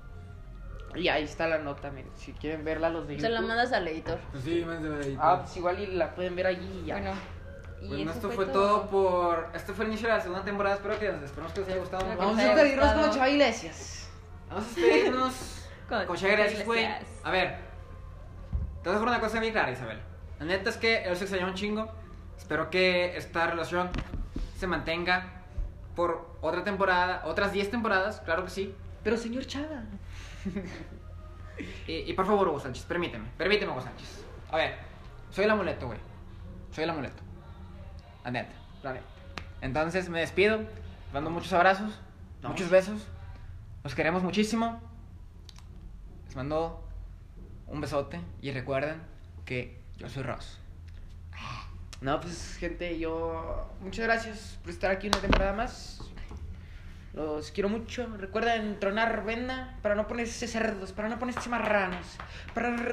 Y ahí está la nota, miren, si quieren verla los de
Se la
YouTube.
mandas al editor.
pues sí, más de ahí.
Ah, pues igual y la pueden ver allí y ya.
Bueno. pues, Y
Bueno,
eso
esto fue todo por. Esto fue el inicio de la segunda temporada. Espero que, esperamos que les haya gustado.
Claro que
Vamos
les
a
haya
pedirnos
gustado.
como Chava Iglesias.
Vamos a despedirnos
Con-
con, Shakira,
con
gracias, güey.
Iglesias.
A ver, te voy a dejar una cosa bien clara, Isabel. La neta es que él se extrañó un chingo. Espero que esta relación se mantenga por otra temporada, otras 10 temporadas, claro que sí.
Pero señor Chava.
Y, y por favor, Hugo Sánchez, permíteme, permíteme, Hugo Sánchez. A ver, soy el amuleto, güey. Soy el amuleto. La neta, la neta. Entonces me despido, dando muchos abrazos,
No.
muchos besos. Los queremos muchísimo. Les mando un besote y recuerden que yo soy Ross.
No, pues gente, yo muchas gracias por estar aquí una temporada más. Los quiero mucho. Recuerden tronar venda para no ponerse cerdos, para no ponerse marranos, para re-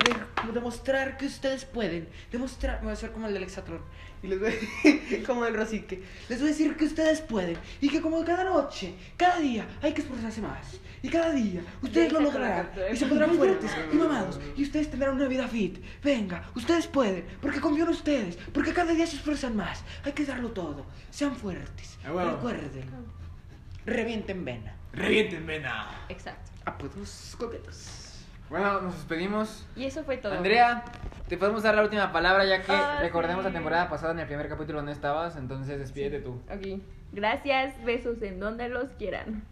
demostrar que ustedes pueden. Demostrar, me voy a hacer como el del Hexatlón y les voy *laughs* como el Rosique. Les voy a decir que ustedes pueden y que como cada noche, cada día hay que esforzarse más. Y cada día ustedes lo lograrán y se pondrán fuertes y mamados y ustedes tendrán una vida fit. Venga, ustedes pueden, porque confío en ustedes, porque cada día se esfuerzan más. Hay que darlo todo. Sean fuertes.
Ah, bueno.
Recuerden. Revienten vena.
¡Revienten, vena!
Exacto.
Apodos coquetos.
Bueno, nos despedimos.
Y eso fue todo.
Andrea, te podemos dar la última palabra ya que
Ah,
recordemos
sí.
la temporada pasada en el primer capítulo no estabas, entonces despídete tú.
Ok. Gracias. Besos en donde los quieran.